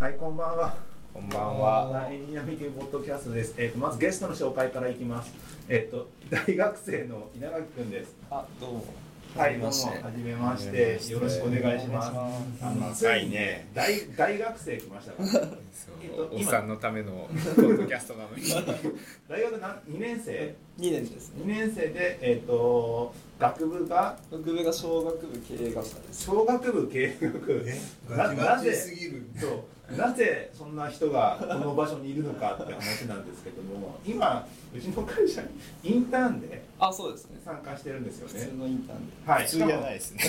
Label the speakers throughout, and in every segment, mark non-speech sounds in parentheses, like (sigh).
Speaker 1: はい、こんばんは。
Speaker 2: こんばんは。
Speaker 1: エンジニアミーティングポッドキャストです。えっ、と、まずゲストの紹介からいきます。えっ、と、 (laughs) 大学生の稲垣くんです。
Speaker 3: あ、どうも。
Speaker 1: はい、どうも、
Speaker 3: まして
Speaker 1: はじめまし
Speaker 2: はじめ
Speaker 1: て
Speaker 2: ま、して
Speaker 1: よろしくお願いします。あの、ついにね、大、大学生来ましたから。
Speaker 2: おっさんのためのポッドキャストなのに。
Speaker 1: 大学な、二年生、
Speaker 3: 2年ですね。
Speaker 1: 二年生で、えっ、と、学部が。
Speaker 3: 僕部が小学部経営学科です。
Speaker 1: 小学部経営学。
Speaker 4: ガチガ
Speaker 1: な
Speaker 4: チすぎる。
Speaker 1: そうなぜそんな人がこの場所にいるのかって話なんですけども今うちの会社にインターンで
Speaker 3: あ、そうですね。
Speaker 1: 参加してるんですよ
Speaker 3: 普通
Speaker 1: ね
Speaker 3: のインターンで。
Speaker 1: はい
Speaker 2: 普通じゃないですね。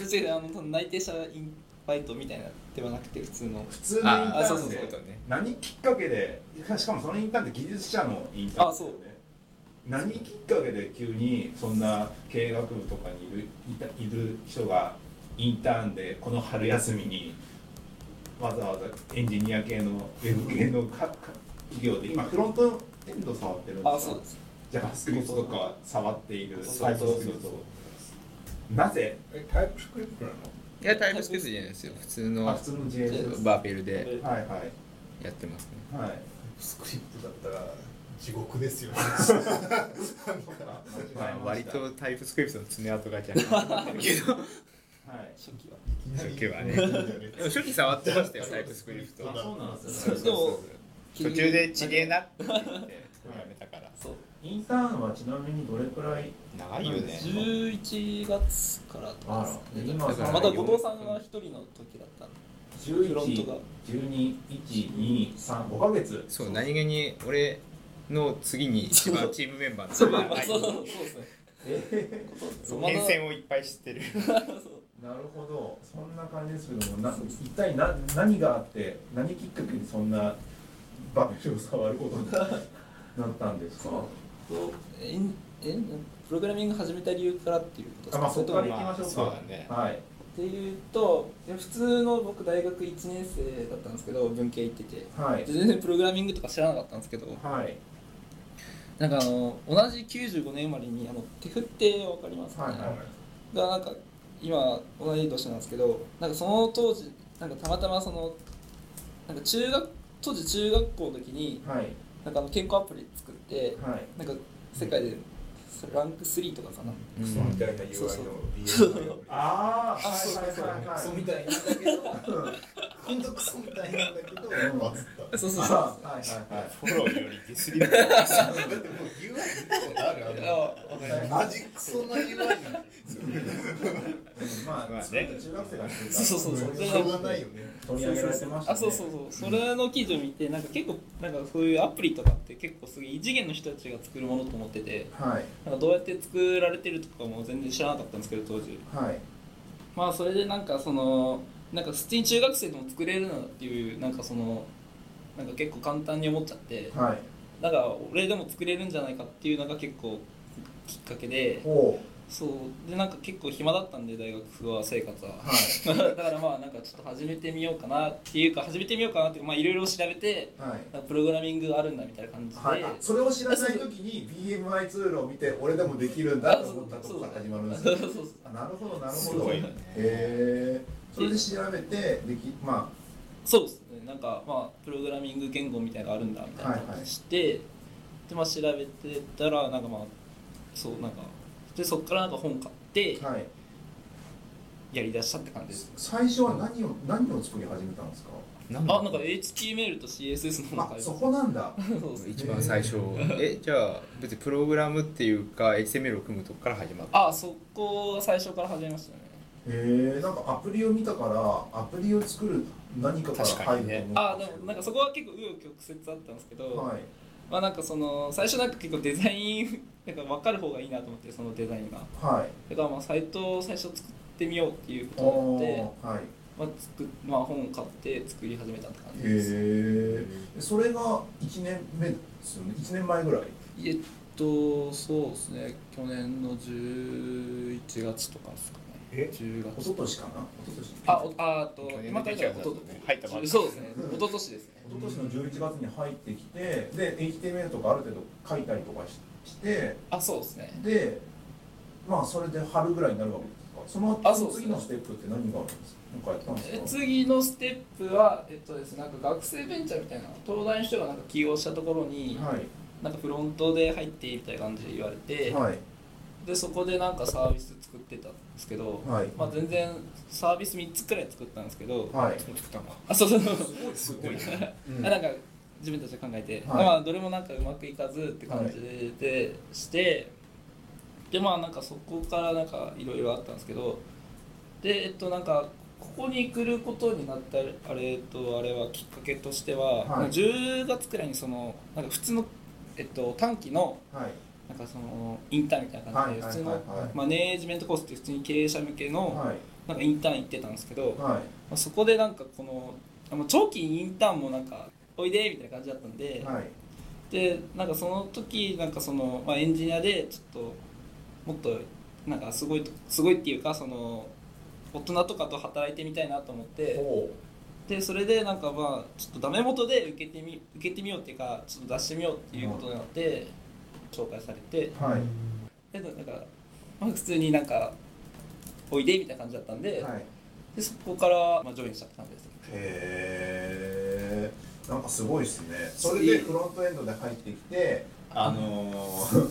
Speaker 3: 普通にあのその内定者インバイトみたいなではなくて普通の。
Speaker 1: 普通のインタ
Speaker 2: あ、あそ
Speaker 1: ー
Speaker 2: う
Speaker 1: ン
Speaker 2: そうそう
Speaker 1: で
Speaker 2: だね。
Speaker 1: 何きっかけでしかもそのインターンって技術者のインターンですよね何きっかけで急にそんな経営学部とかにいるいたいる人がインターンでこの春休みにわざわざエンジニア系のウェブ系のかか企業で今フロントエンド触ってるんですか
Speaker 3: あ、そうです。
Speaker 1: ジャバスクリプトとか触っている
Speaker 3: そうそうそうそう
Speaker 1: なぜ
Speaker 4: え、タイプスクリプトない
Speaker 2: や、タイムスペースじゃないですよ。普通
Speaker 1: あ
Speaker 2: の
Speaker 1: 普通の JS です
Speaker 2: バーベルで
Speaker 1: はいはい
Speaker 2: やってますね。
Speaker 1: はい
Speaker 4: の？スクリプトだったら地獄です
Speaker 1: (laughs)
Speaker 4: よ。
Speaker 2: まあ、割
Speaker 1: は
Speaker 2: とタイプスクリプトの爪痕がちゃうけど。
Speaker 1: い
Speaker 3: 初期は。
Speaker 2: 初期はねでも初期触ってましたよ、タイプスクリプト。
Speaker 1: あそうなんです
Speaker 2: そ
Speaker 1: ね
Speaker 2: うそうそう
Speaker 3: でも
Speaker 2: 途中でちげえなって言ってやめたから。
Speaker 3: そう。
Speaker 1: インターンはちなみにどれくらい
Speaker 2: 長いよね。
Speaker 3: 11月からとかですね。
Speaker 1: あら
Speaker 3: また後藤さんが一人の時だったんで。フロントが
Speaker 1: 111213 5ヶ月
Speaker 2: そう、何気に俺の次に一番チームメンバーの
Speaker 3: まあ、そうそうですね。
Speaker 1: え
Speaker 3: そう
Speaker 2: 変遷をいっぱい知ってる。
Speaker 1: ーなるほどそんな感じですけどもな一体な何があって何きっかけにそんなバッグを触ることになったんですか
Speaker 3: とえんえんプログラミング始めた理由からっていうことです
Speaker 1: あ
Speaker 3: か
Speaker 1: まあそこから
Speaker 3: れとも
Speaker 1: 行きましょうか、
Speaker 2: まあそうだね
Speaker 1: はい
Speaker 3: っていうと普通の僕大学1年生だったんですけど文系行ってて
Speaker 1: はい
Speaker 3: 全然プログラミングとか知らなかったんですけど
Speaker 1: はい
Speaker 3: なんかあの同じ95年生まれにあのテフってわかりますか
Speaker 1: はい
Speaker 3: ね、
Speaker 1: はい
Speaker 3: がなんか今同じ年なんですけどなんかその当時なんかたまたまそのなんか中学当時中学校の時に
Speaker 1: はい
Speaker 3: なんかあの健康アプリ作って
Speaker 1: はい
Speaker 3: なんか世界でランク3とかかな
Speaker 4: クソみたいな UI
Speaker 3: そうそう
Speaker 4: の DM の
Speaker 1: ああ
Speaker 3: そう
Speaker 1: はいはいはい
Speaker 4: クソ
Speaker 1: はい
Speaker 4: みたいなんだけど、本当クソみたいなんだけど、バズった。
Speaker 3: そうそう
Speaker 1: あ
Speaker 3: そう
Speaker 1: はいはいはい
Speaker 2: フォローよりディスリー
Speaker 4: だってもう UI 見たことあるあのマジクソな UI なんて。
Speaker 1: ま
Speaker 2: ま
Speaker 1: あ
Speaker 2: あ
Speaker 1: 中
Speaker 2: ね
Speaker 1: 学生がしてた
Speaker 3: そうそうそう
Speaker 4: しょうがないよね。
Speaker 1: 取り上げられてました
Speaker 3: あ
Speaker 1: ね
Speaker 3: そうそうそうそれの記事を見てなんか結構なんかそういうアプリとかって結構すごい異次元の人たちが作るものと思ってて
Speaker 1: はい
Speaker 3: なんかどうやって作られてるとかも全然知らなかったんですけど当時
Speaker 1: はい
Speaker 3: まあそれでなんかそのなんか普通に中学生でも作れるなっていうなんかそのなんか結構簡単に思っちゃって
Speaker 1: はい
Speaker 3: だから俺でも作れるんじゃないかっていうのが結構きっかけで
Speaker 1: おう
Speaker 3: そうでなんか結構暇だったんで大学は生活は
Speaker 1: は
Speaker 3: だからまあなんかちょっと始めてみようかなっていうか始めてみようかなっていうかまあいろいろ調べて
Speaker 1: いはい
Speaker 3: プログラミングがあるんだみたいな感じで、
Speaker 1: はい、あそれを知らない時に BMI ツールを見て俺でもできるんだと思ったとこから始まるんです
Speaker 3: そう
Speaker 1: よ
Speaker 3: そうそう
Speaker 1: あなるほどなる
Speaker 2: す
Speaker 1: ほど
Speaker 2: ごい
Speaker 1: へ
Speaker 2: よね。
Speaker 1: えそれで調べてできま
Speaker 3: そうですねなんかまあプログラミング言語みたいなのがあるんだみたいな
Speaker 1: はいは
Speaker 3: 感
Speaker 1: い
Speaker 3: じして、でまあ調べてたらなんかまあそうなんかでそっからなんか本買って
Speaker 1: あはい
Speaker 3: やりだしたって感じです、
Speaker 1: 最初は何を何を作り始めたんですか
Speaker 2: (laughs) なん
Speaker 3: あなんか HTML と CSS の
Speaker 1: あ
Speaker 3: 方
Speaker 1: そ
Speaker 3: が
Speaker 1: こなんだ
Speaker 3: そうそう
Speaker 2: 一番最初。え、じゃあ別にプログラムっていうか HTML を組むとこから始まった。
Speaker 3: あそこが最初から始めましたね
Speaker 1: へえなんかアプリを見たからアプリを作る何かから
Speaker 2: 確か
Speaker 1: 入
Speaker 2: にね
Speaker 1: ると思
Speaker 3: あ
Speaker 1: った
Speaker 3: で
Speaker 1: ですけど
Speaker 3: もなんかそこは結構紆余曲折あったんですけど、
Speaker 1: はい
Speaker 3: まあなんかその最初なんか結構デザイン (laughs) なんか分かる方がいいなと思ってそのデザインが
Speaker 1: はい
Speaker 3: だからまあサイトを最初作ってみようっていうこと
Speaker 1: お
Speaker 3: になって、
Speaker 1: ーはい
Speaker 3: まあ作っまあ、本を買って作り始めたって感じです。
Speaker 1: へえそれが1年目ですよね1年前ぐらい
Speaker 3: えっとそうですね去年の11月とかですかね。
Speaker 4: え
Speaker 3: 10
Speaker 1: 一
Speaker 3: 月
Speaker 1: 昨年かな一昨年
Speaker 3: あおああと
Speaker 2: 去年
Speaker 3: 今
Speaker 2: の
Speaker 3: から
Speaker 2: 11
Speaker 3: じゃ
Speaker 2: 月
Speaker 3: お
Speaker 2: だ
Speaker 3: と
Speaker 2: と
Speaker 3: と
Speaker 2: ね入ったばっかり
Speaker 3: そうですね一昨年ですね。
Speaker 1: 一昨年の11月に入ってきてで HTML とかある程度書いたりとかしして
Speaker 3: あそうですね。
Speaker 1: でまあそれで春ぐらいになるわけですかその
Speaker 3: あそうですね
Speaker 1: 次のステップって何があるんですかなんかやったん
Speaker 3: え
Speaker 1: ですか
Speaker 3: 次のステップは、えっとですね、なんか学生ベンチャーみたいな東大の人がなんか起業したところに、
Speaker 1: はい
Speaker 3: なんかフロントで入っていいみたいな感じで言われて、
Speaker 1: はい
Speaker 3: でそこでなんかサービス作ってたんですけど、
Speaker 1: はい
Speaker 3: まあ、全然サービス3つくらい作ったんですけど、
Speaker 1: はい
Speaker 4: 作ったの
Speaker 3: (laughs) あそうそうそう
Speaker 4: すごいすごいな
Speaker 1: うん
Speaker 3: あなんか自分たちで考えて、
Speaker 1: はい
Speaker 3: まあどれもなんかうまくいかずって感じでして、でまあなんかそこからなんかいろいろあったんですけどでえっとなんかここに来ることになったあれとあれはきっかけとしては、
Speaker 1: はい
Speaker 3: 10月くらいにそのなんか普通の、えっと、短期の
Speaker 1: はい
Speaker 3: なんかそのインターンみたいな感じで
Speaker 1: は
Speaker 3: 普
Speaker 1: いは
Speaker 3: 通
Speaker 1: い
Speaker 3: の
Speaker 1: はいはい
Speaker 3: マネージメントコースって普通に経営者向けの
Speaker 1: はい
Speaker 3: なんかインターン行ってたんですけど、
Speaker 1: はい
Speaker 3: まあそこでなんかこのあもう長期インターンもなんかおいでみたいな感じだったんで、
Speaker 1: はい
Speaker 3: でなんかその時なんかその、まあ、エンジニアでちょっともっとなんかすごいとすごいっていうかその大人とかと働いてみたいなと思って
Speaker 1: ほ
Speaker 3: でそれでなんかまあちょっとダメ元で受けてみ受けてみようっていうかちょっと出してみようっていうことになって紹介されて
Speaker 1: うはい
Speaker 3: でなんか、まあ、普通になんかおいでみたいな感じだったんで,、
Speaker 1: はい
Speaker 3: でそこから、まあ、ジョインしたって感じですね。
Speaker 1: へえんかすごいですねそれでフロントエンドで入ってきてあのー、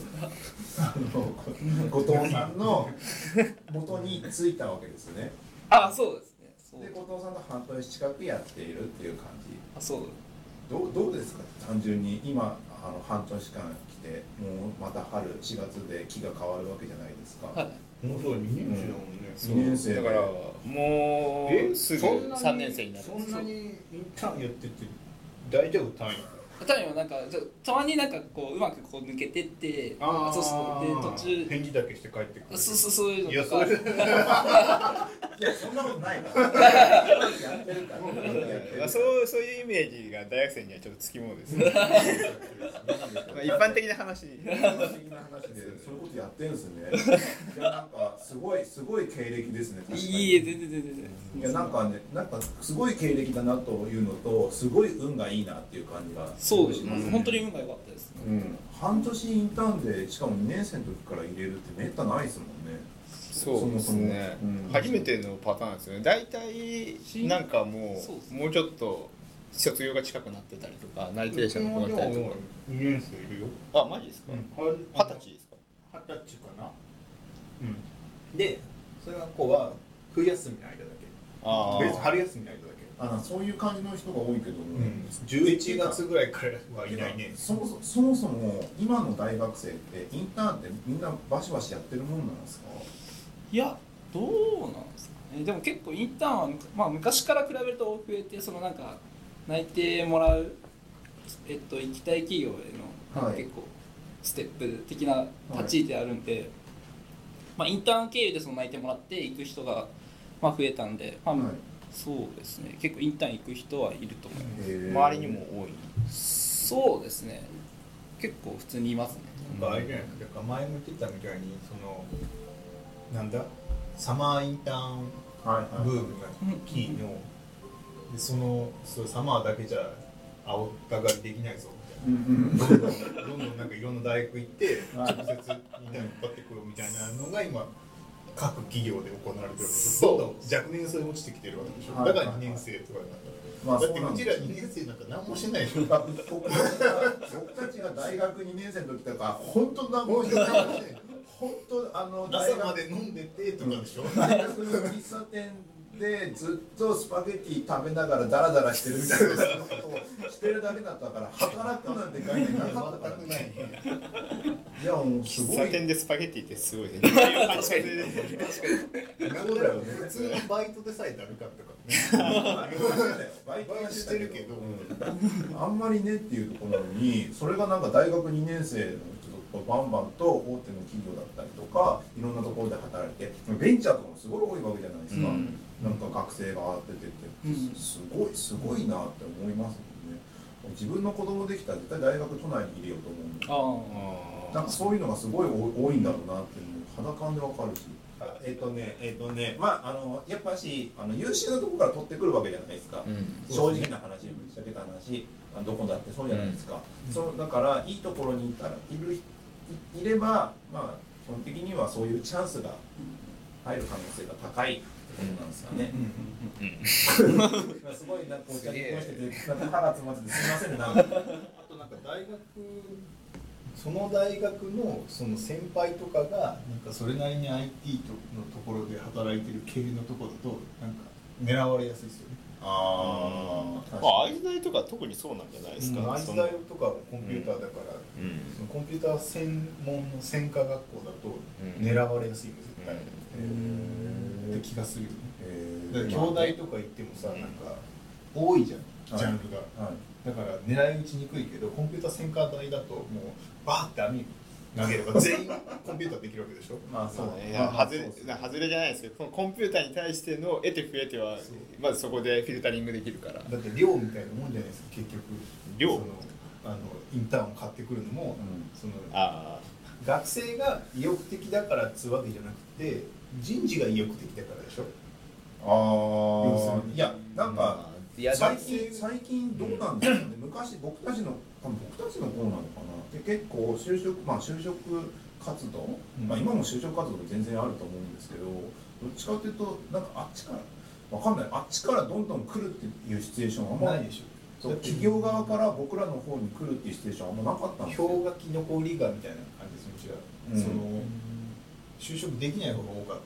Speaker 1: (laughs) あの後藤さんの元に着いたわけですね
Speaker 3: あそうですねそう
Speaker 1: で後藤さんと半年近くやっているっていう感じ
Speaker 3: あそう
Speaker 1: どうどうですか単純に今あの半年間来てもうまた春4月で気が変わるわけじゃないですか、
Speaker 3: はい
Speaker 4: もうそう2年生だもんね
Speaker 2: そう
Speaker 1: 二年生
Speaker 2: だからもうすぐ
Speaker 4: そんなに
Speaker 2: 3年生になる
Speaker 4: そんなにインターンやってて大丈夫単位
Speaker 3: ただ今なんかちょたまになんかこううまくこう抜けてってそうそうで途中
Speaker 4: 返事だけして帰ってくる
Speaker 3: そうそうそういう
Speaker 4: い
Speaker 3: の
Speaker 4: や
Speaker 3: と
Speaker 4: そ
Speaker 3: か
Speaker 4: れ
Speaker 1: いやそんなことないからやってるから
Speaker 2: まあそうそういうイメージが大学生にはちょっとつきもの
Speaker 4: (laughs)
Speaker 2: です、ね、まあ一般的な話
Speaker 1: (laughs) 不思議な話でそういうことやってるんですね。いやなんかすごいすごい経歴ですね。確かに
Speaker 3: いいえ全然全然
Speaker 1: い
Speaker 3: 全然
Speaker 1: やなんかねなんかすごい経歴だなというのとすごい運がいいなっていう感じが
Speaker 3: そうです
Speaker 1: ごいし
Speaker 3: ね本当に運が良かったですね
Speaker 1: うん半年インターンでしかも2年生の時から入れるってめったないですもんね。
Speaker 2: そうです
Speaker 1: そ
Speaker 2: ね
Speaker 1: もそもうん
Speaker 2: 初めてのパターンですよね大体なんかも
Speaker 3: そうです
Speaker 2: うもうちょっと卒業が近くなってたりとか内定者の子がいたりと
Speaker 4: もう2年生いるよ
Speaker 2: かあマジですか
Speaker 4: うん
Speaker 2: 二十歳ですか
Speaker 4: 二十歳かなうんでそれは子は冬休みの間だ
Speaker 2: あ
Speaker 4: け別に
Speaker 2: あ
Speaker 4: 春休みの間だけ
Speaker 1: あなんかそういう感じの人が多いけども、
Speaker 4: 11月ぐらいからはいないね
Speaker 1: そもそもそもそも今の大学生ってインターンってみんなバシバシやってるもんなんですか。
Speaker 3: いやどうなんですかねでも結構インターンはむか、まあ、昔から比べると増えてそのなんか内定もらう、えっと、行きたい企業への、
Speaker 1: はい
Speaker 3: 結構ステップ的な立ち位置であるんで、まあ、インターン経由でその内定もらって行く人が、まあ、増えたんで、まあ
Speaker 1: はい
Speaker 3: そうですね結構インターン行く人はいると思いま
Speaker 1: へー
Speaker 2: 周りにも多い
Speaker 3: すそうですね結構普通にいますね
Speaker 4: なんかあれじゃないですかだから前も言ってたみたいにそのなんだサマーインターン
Speaker 1: はいはい
Speaker 4: ブームがキーのでそのそうサマーだけじゃ青ががりできないぞ
Speaker 1: うんうん
Speaker 4: みたいなどんどんどんどんなんかいろんな大学行って直
Speaker 1: はい
Speaker 4: 接みんなに引っ張ってこようみたいなのが今各企業で行われてるわけです
Speaker 2: そ
Speaker 4: ど
Speaker 2: うん
Speaker 4: どん若年層に落ちてきてるわけでしょ
Speaker 1: はい
Speaker 4: だから2年生とかになって
Speaker 1: まあそ
Speaker 4: だっ
Speaker 1: う
Speaker 4: て
Speaker 1: なん
Speaker 4: う
Speaker 1: で
Speaker 4: ち
Speaker 1: すよ
Speaker 4: ら2年生なんか何もしてないでしょ
Speaker 1: あ僕たちが僕たちが大学2年生の時とか本当何もしてない本当あの大
Speaker 4: 朝
Speaker 1: 学
Speaker 4: まで飲んでてとかでしょ
Speaker 1: 大学の喫茶店でずっとスパゲティ食べながらダラダラしてるみたいなことをしてるだけだったから働くなんて概念なかったから
Speaker 4: 全くない
Speaker 1: ねいやもうす
Speaker 2: 喫
Speaker 1: ごい
Speaker 2: 茶店でスパゲティってすごいですね確かに
Speaker 4: なんなら普通にバイトでさえだるかった
Speaker 1: (laughs)
Speaker 4: からね
Speaker 1: バイト
Speaker 4: バイ
Speaker 1: は
Speaker 4: トしてるけど、
Speaker 1: あんまりねっていうところなのにそれがなんか大学2年生の人とバンバンと大手の企業だったりとかいろんなところで働いてベンチャーとかもすごい多いわけじゃないですか、
Speaker 3: うん
Speaker 1: なんか学生が出てて、
Speaker 3: うん
Speaker 1: すごいすごいなって思いますもんね自分の子供できたら絶対大学都内にいるよと思うんで
Speaker 3: ああ
Speaker 1: なんかそういうのがすごい多多いんだろうなっていうのを肌感でわかるし。えっ、とね、えっ、とね、まああのやっぱしあの優秀なところから取ってくるわけじゃないですか。
Speaker 2: うん
Speaker 1: 正直な話、ぶっちゃけた話、あどこだってそうじゃないですか。そのだからいいところにいたらいるいいれば、まあ基本的にはそういうチャンスが入る可能性が高いってことなんですよね。まあすごいなんかこう
Speaker 5: すげえ
Speaker 1: こうしててなんか腹詰まっててすみませんねなんか。
Speaker 4: あとなんか大学その大学のその先輩とかがなんかそれなりに IT とのところで働いてる系のところだとなんか狙われやすいですよね。
Speaker 1: あー確かに
Speaker 2: まあ、愛知大とか特にそうなんじゃないですか、
Speaker 4: うん、
Speaker 2: そ
Speaker 4: 愛知
Speaker 2: の
Speaker 4: 大とかコンピューターだから、
Speaker 2: うん
Speaker 4: そのコンピューター専門の専科学校だと
Speaker 2: うん
Speaker 4: 狙われやすいよ絶対、
Speaker 1: うん
Speaker 4: って気がするよね。
Speaker 1: え
Speaker 4: だから
Speaker 1: ー
Speaker 4: 兄弟とか行ってもさ、なんか多いじゃん、ジャンルが。
Speaker 1: はい
Speaker 4: だから狙い撃ちにくいけどコンピューター専科大だともうバーって網投げれば全員コンピューターできるわけでしょ
Speaker 1: まあ
Speaker 2: そ
Speaker 1: そうう
Speaker 2: ね、い
Speaker 1: ま
Speaker 2: や
Speaker 1: あ
Speaker 2: 外
Speaker 1: そ
Speaker 2: れ
Speaker 1: うですね
Speaker 2: 外れじゃないですけどこのコンピューターに対しての得て増えては
Speaker 4: そう
Speaker 2: まずそこでフィルタリングできるから
Speaker 4: だって寮みたいなもんじゃないですか結局
Speaker 2: 寮
Speaker 4: そのあのインターンを買ってくるのも、
Speaker 1: うん
Speaker 4: その
Speaker 2: あ
Speaker 4: 学生が意欲的だからっつうわけじゃなくて人事が意欲的だからでしょ
Speaker 1: ああいやなんか
Speaker 5: いや
Speaker 1: 最近最近どうなんですかね、昔僕たちの多分僕たちの頃なのかなで結構就職まあ就職活動、
Speaker 4: うん
Speaker 1: まあ今も就職活動全然あると思うんですけどどっちかというとなんかあっちからわかんないあっちからどんどん来るっていうシチュエーションはあんま
Speaker 4: ない
Speaker 1: り
Speaker 4: でし
Speaker 1: そ
Speaker 4: だ
Speaker 1: う
Speaker 4: って
Speaker 1: 企業側から僕らの方に来るっていうシチュエーションはあんまなかった
Speaker 4: ょ
Speaker 1: んですよ
Speaker 4: 氷河期の氷河みたいな感じですようちは、
Speaker 1: うん
Speaker 4: その就職できない方が多かっ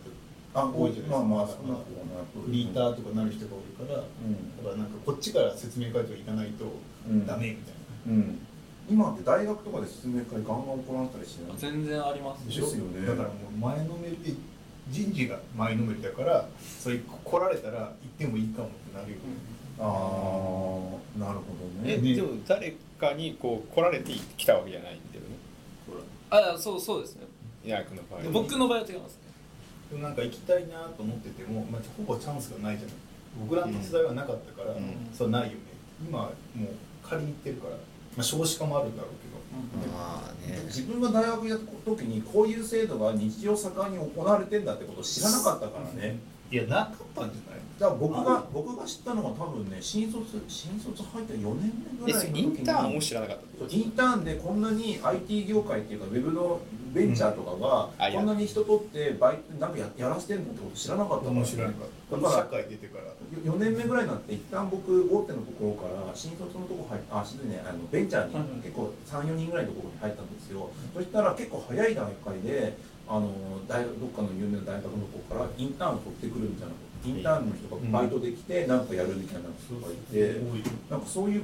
Speaker 4: た
Speaker 1: あ
Speaker 4: 多いじゃないですか
Speaker 1: まあまあ少なくはなく
Speaker 4: フリーターとかなる人が多いから、
Speaker 1: うん
Speaker 4: だからなんかこっちから説明会とか行かないと
Speaker 1: うん
Speaker 4: ダメみたい
Speaker 1: う
Speaker 4: な、
Speaker 1: ん今って大学とかで説明会ガンガン行われたりしてない
Speaker 3: 全然あります
Speaker 4: で
Speaker 1: で
Speaker 4: し
Speaker 1: し
Speaker 4: ょ
Speaker 1: ょすよね
Speaker 4: だからもう前のめりで人事が前のめりだからそれ来られたら行ってもいいかもってなるよ、
Speaker 1: ああなるほど
Speaker 2: え
Speaker 1: ね
Speaker 4: ね
Speaker 2: でも誰かにこう来られてきたわけじゃないんだよね
Speaker 3: あそうそうですね
Speaker 2: イラクの場合は
Speaker 3: 僕の場合は違いますね
Speaker 4: でもなんか行きたいなと思ってても、まあ、ほぼチャンスがないじゃない僕らの世代はなかったから、
Speaker 2: うん
Speaker 4: それないよね今もう借りに行ってるから、まあ、少子化もあるんだろう
Speaker 5: まあね
Speaker 1: 自分が大学やった時にこういう制度が日常盛んに行われてんだってことを知らなかったからね
Speaker 4: けどいやなかったんじゃない
Speaker 1: だから僕が僕が知ったのは多分ね新卒新卒入った4年目ぐらい
Speaker 2: え
Speaker 1: の時に
Speaker 2: インターンを知らなかったってこと
Speaker 1: インターンでこんなに IT 業界っていうかウェブのベンチャーとか
Speaker 2: うんあ
Speaker 1: が
Speaker 2: いや
Speaker 1: こんなに人取ってバイトなんかややらせてんだってこと知らなかったから
Speaker 4: 面白い
Speaker 1: よ
Speaker 4: か
Speaker 1: だ
Speaker 4: ら
Speaker 1: から
Speaker 4: 社会出てから
Speaker 1: 4年目ぐらいになって一旦僕大手のところから新卒のとこ入っあ新卒ねあのベンチャーに
Speaker 3: はいはい
Speaker 1: 結構34人ぐらいのところに入ったんですよそしたら結構早い段階であの大どっかの有名な大学のとこからインターンを取ってくるみたいなことインターンの人がバイトできてなんかやるみたいな人がいて
Speaker 4: 多いよ
Speaker 1: なんかそういう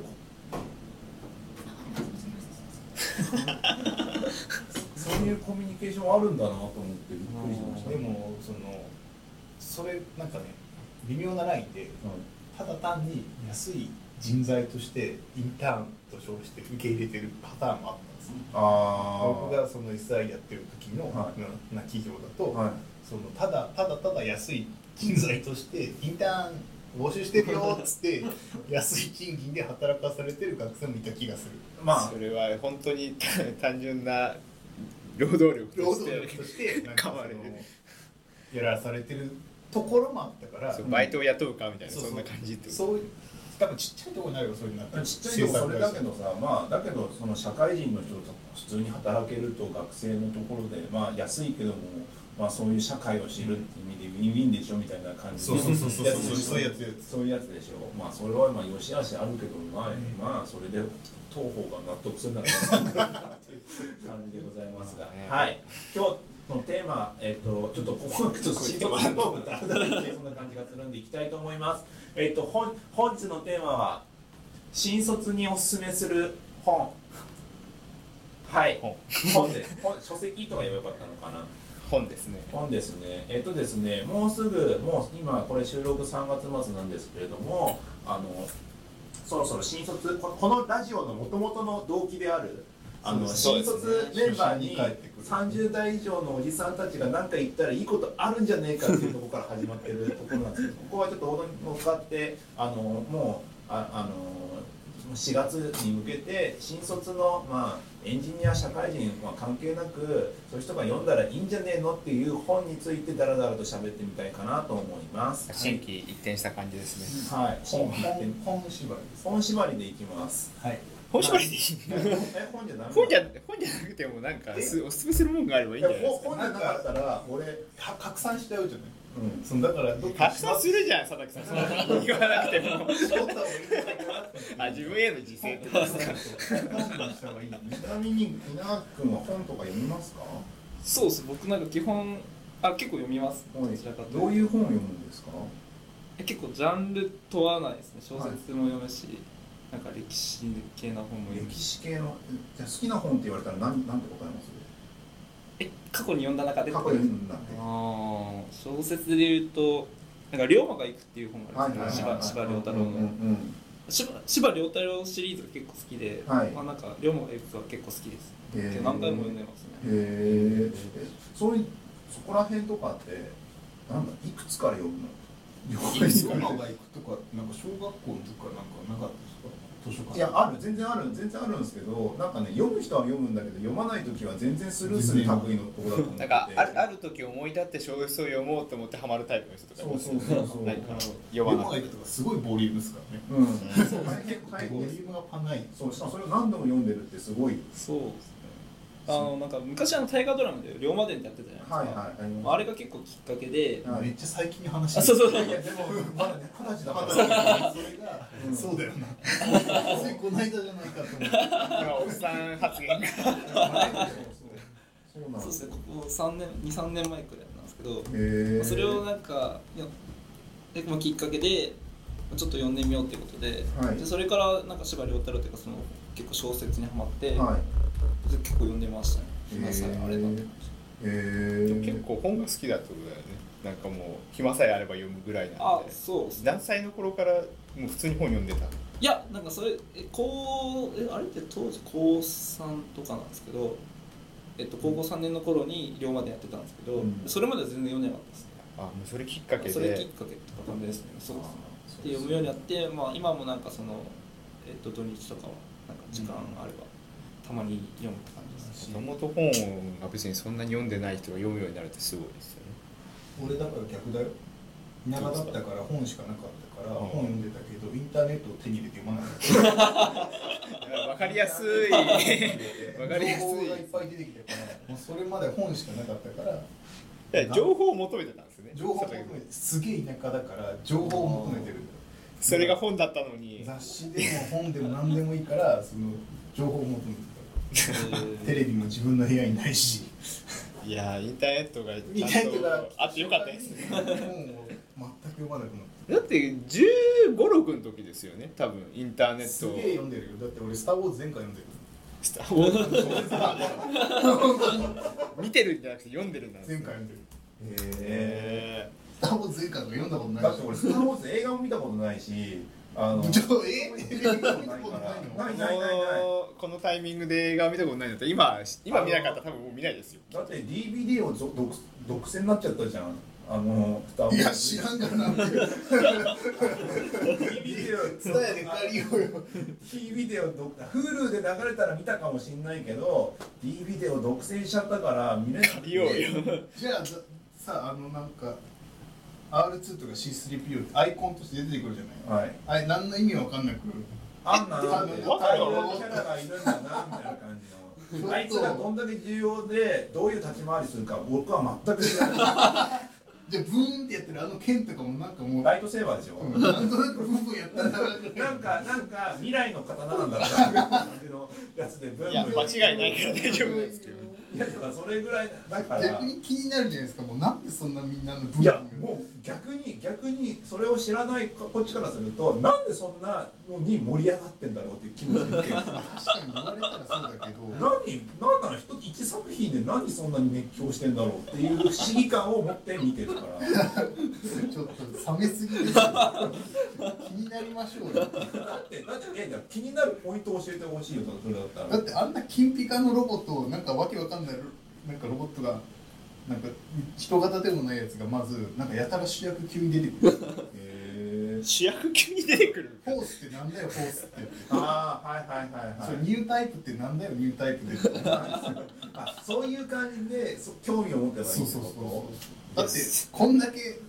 Speaker 1: そういうコミュニケーションあるんだなと思ってびっくりしました
Speaker 4: でもそのそれなんかね微妙なラインでただ単に安い人材としてインターンと称して受け入れてるパターンもあったんですよ僕
Speaker 1: あ
Speaker 4: がその SI やってる時の、
Speaker 1: は
Speaker 4: な企業だと、
Speaker 1: あはい
Speaker 4: そのただただただ安い人材としてインターン募集してるよっつって安い賃金で働かされてる学生もいた気がする
Speaker 1: まあ
Speaker 2: それは本当に (laughs) 単純な労働力
Speaker 4: 労
Speaker 2: とし
Speaker 4: 働力
Speaker 2: て
Speaker 4: としてなんか
Speaker 2: 変われる
Speaker 4: そのやらされてるところもあったから
Speaker 2: そうバイトを雇うかみたいな
Speaker 4: そうそ
Speaker 2: そ
Speaker 4: うん
Speaker 2: な感じってこと
Speaker 4: そういう多分ちっちゃいところになるよそういうのにな
Speaker 1: ちっちゃいとこそれだけどさまあだけどその社会人の人と普通に働けると学生のところでまあ安いけどもまあそういう社会を知るっていう意味でウィンウィンでしょみたいな感じ
Speaker 4: そうそうそうそう
Speaker 1: やつでしょ
Speaker 4: そういうやつやつ
Speaker 1: そういうやつでしょまあそれはまあ良し悪しあるけどまあまあそれで当方が納得するならっていう感じでございますが
Speaker 2: ね
Speaker 1: はい今日のテーマ、えっと、ちょっとここはちょっとシートバンドームだだだそんな感じがするんでいきたいと思います。えっと、本本日のテーマは新卒におすすめする本はい
Speaker 2: 本
Speaker 1: 本です本書籍とか言えばよかったのかな
Speaker 2: 本ですね
Speaker 1: 本ですねえっとですねもうすぐもう今これ収録3月末なんですけれどもあのそろそろ新卒ここのラジオのもともとの動機であるあの
Speaker 2: そ
Speaker 1: 新
Speaker 2: うです
Speaker 1: 卒メンバーに
Speaker 4: 初心に帰ってくる
Speaker 1: 30代以上のおじさんたちが何か言ったらいいことあるんじゃねえかっていうところから始まってるところなんですけどここはちょっとおどに乗っかってあのもうああの4月に向けて新卒の、まあ、エンジニア社会人は関係なくそういう人が読んだらいいんじゃねえのっていう本についてだらだらと喋ってみたいかなと思います
Speaker 2: 新規一転した感じですね、
Speaker 1: はい
Speaker 4: 本本縛りです
Speaker 1: 本縛りでいきます
Speaker 4: はい
Speaker 2: 本縛りでいい
Speaker 1: え本じゃダメ
Speaker 2: 本じゃ本じゃなくてもなんかすおすすめするもんがあればいいんじゃないですか
Speaker 1: 本じゃなかったら俺
Speaker 4: か拡散しちゃうじゃない
Speaker 1: うん
Speaker 4: そのだからどっか
Speaker 2: 拡散するじゃん佐々木さんそんなこと言わなくても
Speaker 4: 絞った方がいいんじゃないかな
Speaker 2: あ自分への自制ってことですか
Speaker 4: 本にした方がいいよね
Speaker 1: ちなみに稲垣君は本とか読みますか
Speaker 3: そうです僕なんか基本あ結構読みますどちらかと
Speaker 1: どう
Speaker 3: いうと
Speaker 1: いう本を読むんですか
Speaker 3: え結構ジャンル問わないですね小説も読むし、なんか歴史系な本も読む
Speaker 1: 歴
Speaker 3: し
Speaker 1: 史系のじゃあ好きな本って言われたら何何て答えます
Speaker 3: え過去に読んだ中で
Speaker 1: 過去に読んだん
Speaker 3: あ
Speaker 1: で
Speaker 3: ー小説で言うとなんか龍馬が行くっていう本があるんですね司馬遼太郎
Speaker 1: うんうんう
Speaker 3: の
Speaker 1: ん
Speaker 3: 司馬司馬遼太郎シリーズが結構好きで、
Speaker 1: はい
Speaker 3: まあなんか龍馬が行くは結構好きです、
Speaker 1: へー
Speaker 3: 何回も読んでますね
Speaker 1: へえそういうそこら辺とかってなんだいくつから読むの
Speaker 4: いつかが行くとかなんか小学校の時からなんかなかったですか図書館
Speaker 1: いやある全然ある全然あるんですけどなんかね読む人は読むんだけど読まない時は全然スルーする類のとこだと思ってて
Speaker 2: なんかあるある時思い立って小説を読もうと思ってハマるタイプの人とかい
Speaker 1: そ
Speaker 2: ま
Speaker 1: う
Speaker 2: す
Speaker 1: そうそうそう
Speaker 2: なんか読
Speaker 4: 読
Speaker 2: まな
Speaker 4: まないいとかすごいボリュームですからね
Speaker 1: うんそう結構
Speaker 4: ボリ
Speaker 1: 大
Speaker 4: ュ
Speaker 1: 変です
Speaker 4: ームがパンない
Speaker 1: そうしかもそれを何度も読んでるってすごい
Speaker 3: そうですねあのなんか昔あの大河ドラマで龍馬伝ってやってたじゃないですか、
Speaker 1: はいはいあり
Speaker 3: あ
Speaker 1: ま
Speaker 3: れが結構きっかけで
Speaker 1: はい
Speaker 4: めっちゃ最近の話
Speaker 3: あそうそうそう
Speaker 1: すいやでも
Speaker 4: まだね、二十歳だから、それが、
Speaker 1: うん
Speaker 4: そうだよ (laughs) な。ついこの間じゃないかと思っ
Speaker 2: な
Speaker 4: て。
Speaker 2: んかおっさん発言が
Speaker 1: そうなん
Speaker 3: そう
Speaker 1: で
Speaker 3: ですす
Speaker 1: ね
Speaker 3: ねここ3年23年前くらいなんですけど、
Speaker 1: へえ
Speaker 3: それをなんかいやえまあきっかけでまあちょっと読んでみようっていうことで,、
Speaker 1: はい
Speaker 3: でそれからなんか司馬遼太郎っていうかその結構小説にはまって、
Speaker 1: はい
Speaker 3: で結構読んでましたね
Speaker 1: へー
Speaker 3: 今さえあれなんて
Speaker 1: へえ
Speaker 2: 結構本が好きだってことだよねなんかもう暇さえあれば読むぐらいな
Speaker 3: あ
Speaker 2: んで
Speaker 3: そうっすね
Speaker 2: 何歳の頃からもう普通に本読んでた
Speaker 3: いやなんかそれえ高えあれって当時高3とかなんですけど、えっと、高校3年の頃に龍馬でやってたんですけど、
Speaker 1: うん
Speaker 3: それまでは全然読んでなかったですね
Speaker 2: あもうそれきっかけで
Speaker 3: それきっかけって感じですねそうですねで読むようになって、まあ、今もなんかその、えっと、土日とかはなんか時間あれば、たまに読むって感じですね
Speaker 2: もともと本が別にそんなに読んでない人が読むようになるってすごいですよね
Speaker 4: 俺だから逆だよ。田舎だったから本しかなかったから
Speaker 2: うん
Speaker 4: 本読んでたけどインターネットを手に入れて読まなか
Speaker 2: (laughs)
Speaker 4: っ
Speaker 2: わかりやすいわか
Speaker 4: た
Speaker 2: りやす
Speaker 4: 情報がいっ
Speaker 2: い
Speaker 4: ぱい出てきたからもうそれまで本しかなかったから
Speaker 2: いや情報を求めてたんですね
Speaker 4: 情報を求めてすげえ田舎だから情報を求めてるんだよ
Speaker 2: それが本だったのに
Speaker 4: 雑誌でも本でも何でもいいからその情報を求めてたテレビも自分の部屋にないし
Speaker 2: いやインターネットが
Speaker 4: み
Speaker 2: ち
Speaker 4: た
Speaker 2: ゃ
Speaker 4: い
Speaker 2: ん
Speaker 4: な
Speaker 2: とあってよかったですね
Speaker 4: 本を全く読まなくなっ
Speaker 2: だって1 5 6の時ですよね多分インターネッ
Speaker 4: たす
Speaker 2: ト
Speaker 4: げ
Speaker 2: を
Speaker 4: え読んでるよだって俺「スター・ウォーズ」前回読んでる
Speaker 2: スターウォーズ (laughs) 見てるんじゃなくて読んでるんだ
Speaker 4: 前回読んでる
Speaker 1: へえ
Speaker 2: え
Speaker 4: 「スター・ウォーズ」前回とか読んだことない
Speaker 1: だって俺スター・ウォーズ映画も見たことないしあの
Speaker 4: ちょえ見たこ
Speaker 2: ー、
Speaker 4: とないの
Speaker 1: ない
Speaker 2: こ
Speaker 1: ないないない
Speaker 2: のこのタイミングで映画を見たことないんだったら今今見なかったら多分もう見ないですよ
Speaker 1: だって DVD をぞ独独占になっちゃったじゃんあのスター・ウォー
Speaker 4: い
Speaker 1: ズ
Speaker 4: や知らんからなって
Speaker 1: ビデオ
Speaker 4: 伝えで借りようよ
Speaker 1: T ビデオど Hulu で流れたら見たかもしんないけど D ビデオ独占しちゃったから見れなく
Speaker 2: 見ようよ
Speaker 4: じゃあざさあのなんか R2 とか C3PO ってアイコンとして出てくるじゃない
Speaker 1: はい
Speaker 4: あれ何の意味わかんなく
Speaker 1: あんな
Speaker 4: でも
Speaker 1: んて
Speaker 4: わかるよ
Speaker 1: ああいうキャラがいるんだなみたいな感じのあいつがどんだけ重要でどういう立ち回りするか僕は全く知らない
Speaker 4: じゃあブーンってやってるあの剣とかもなんかもう
Speaker 1: ライトセーバーでしょ、
Speaker 4: うんなんとなくブーンやったら
Speaker 1: なんかなんか未来の刀なんだろうなみたいな感じのやつでブンブン
Speaker 2: いや間違いないから大丈夫ですけど
Speaker 1: いやだからそれぐらいだから
Speaker 4: 逆に気になるじゃないですかもうなんでそんなみんなのブーン
Speaker 1: いやもう逆に逆にそれを知らないここっちからするとなんでそんなのに盛り上がってんだろうっていう気持ちで
Speaker 4: 確かに言われたらそうだけど
Speaker 1: 何何なの一一作品で何そんなに熱狂してんだろうっていう不思議感を持って見てる
Speaker 4: (laughs)
Speaker 1: から
Speaker 4: ちょっと冷めすぎですよ気になりましょうよ
Speaker 1: だってだっていや気になるポイントを教えてほしいよそれだったら
Speaker 4: だってあんな金ピカのロボットをなんかわけわかんないロなんかロボットがなんか人型でもないやつがまずなんかやたら主役級に出てくる
Speaker 1: へ
Speaker 2: (laughs) 主役級に出てくる
Speaker 4: フォースってなんだよフォースって
Speaker 1: ああはいはいはいはい
Speaker 4: それニュータイプってなんだよニュータイプで
Speaker 1: (laughs) あそういう感じでそ興味を持てばいいって
Speaker 4: そう
Speaker 1: こと
Speaker 4: そうそうだってこんだけ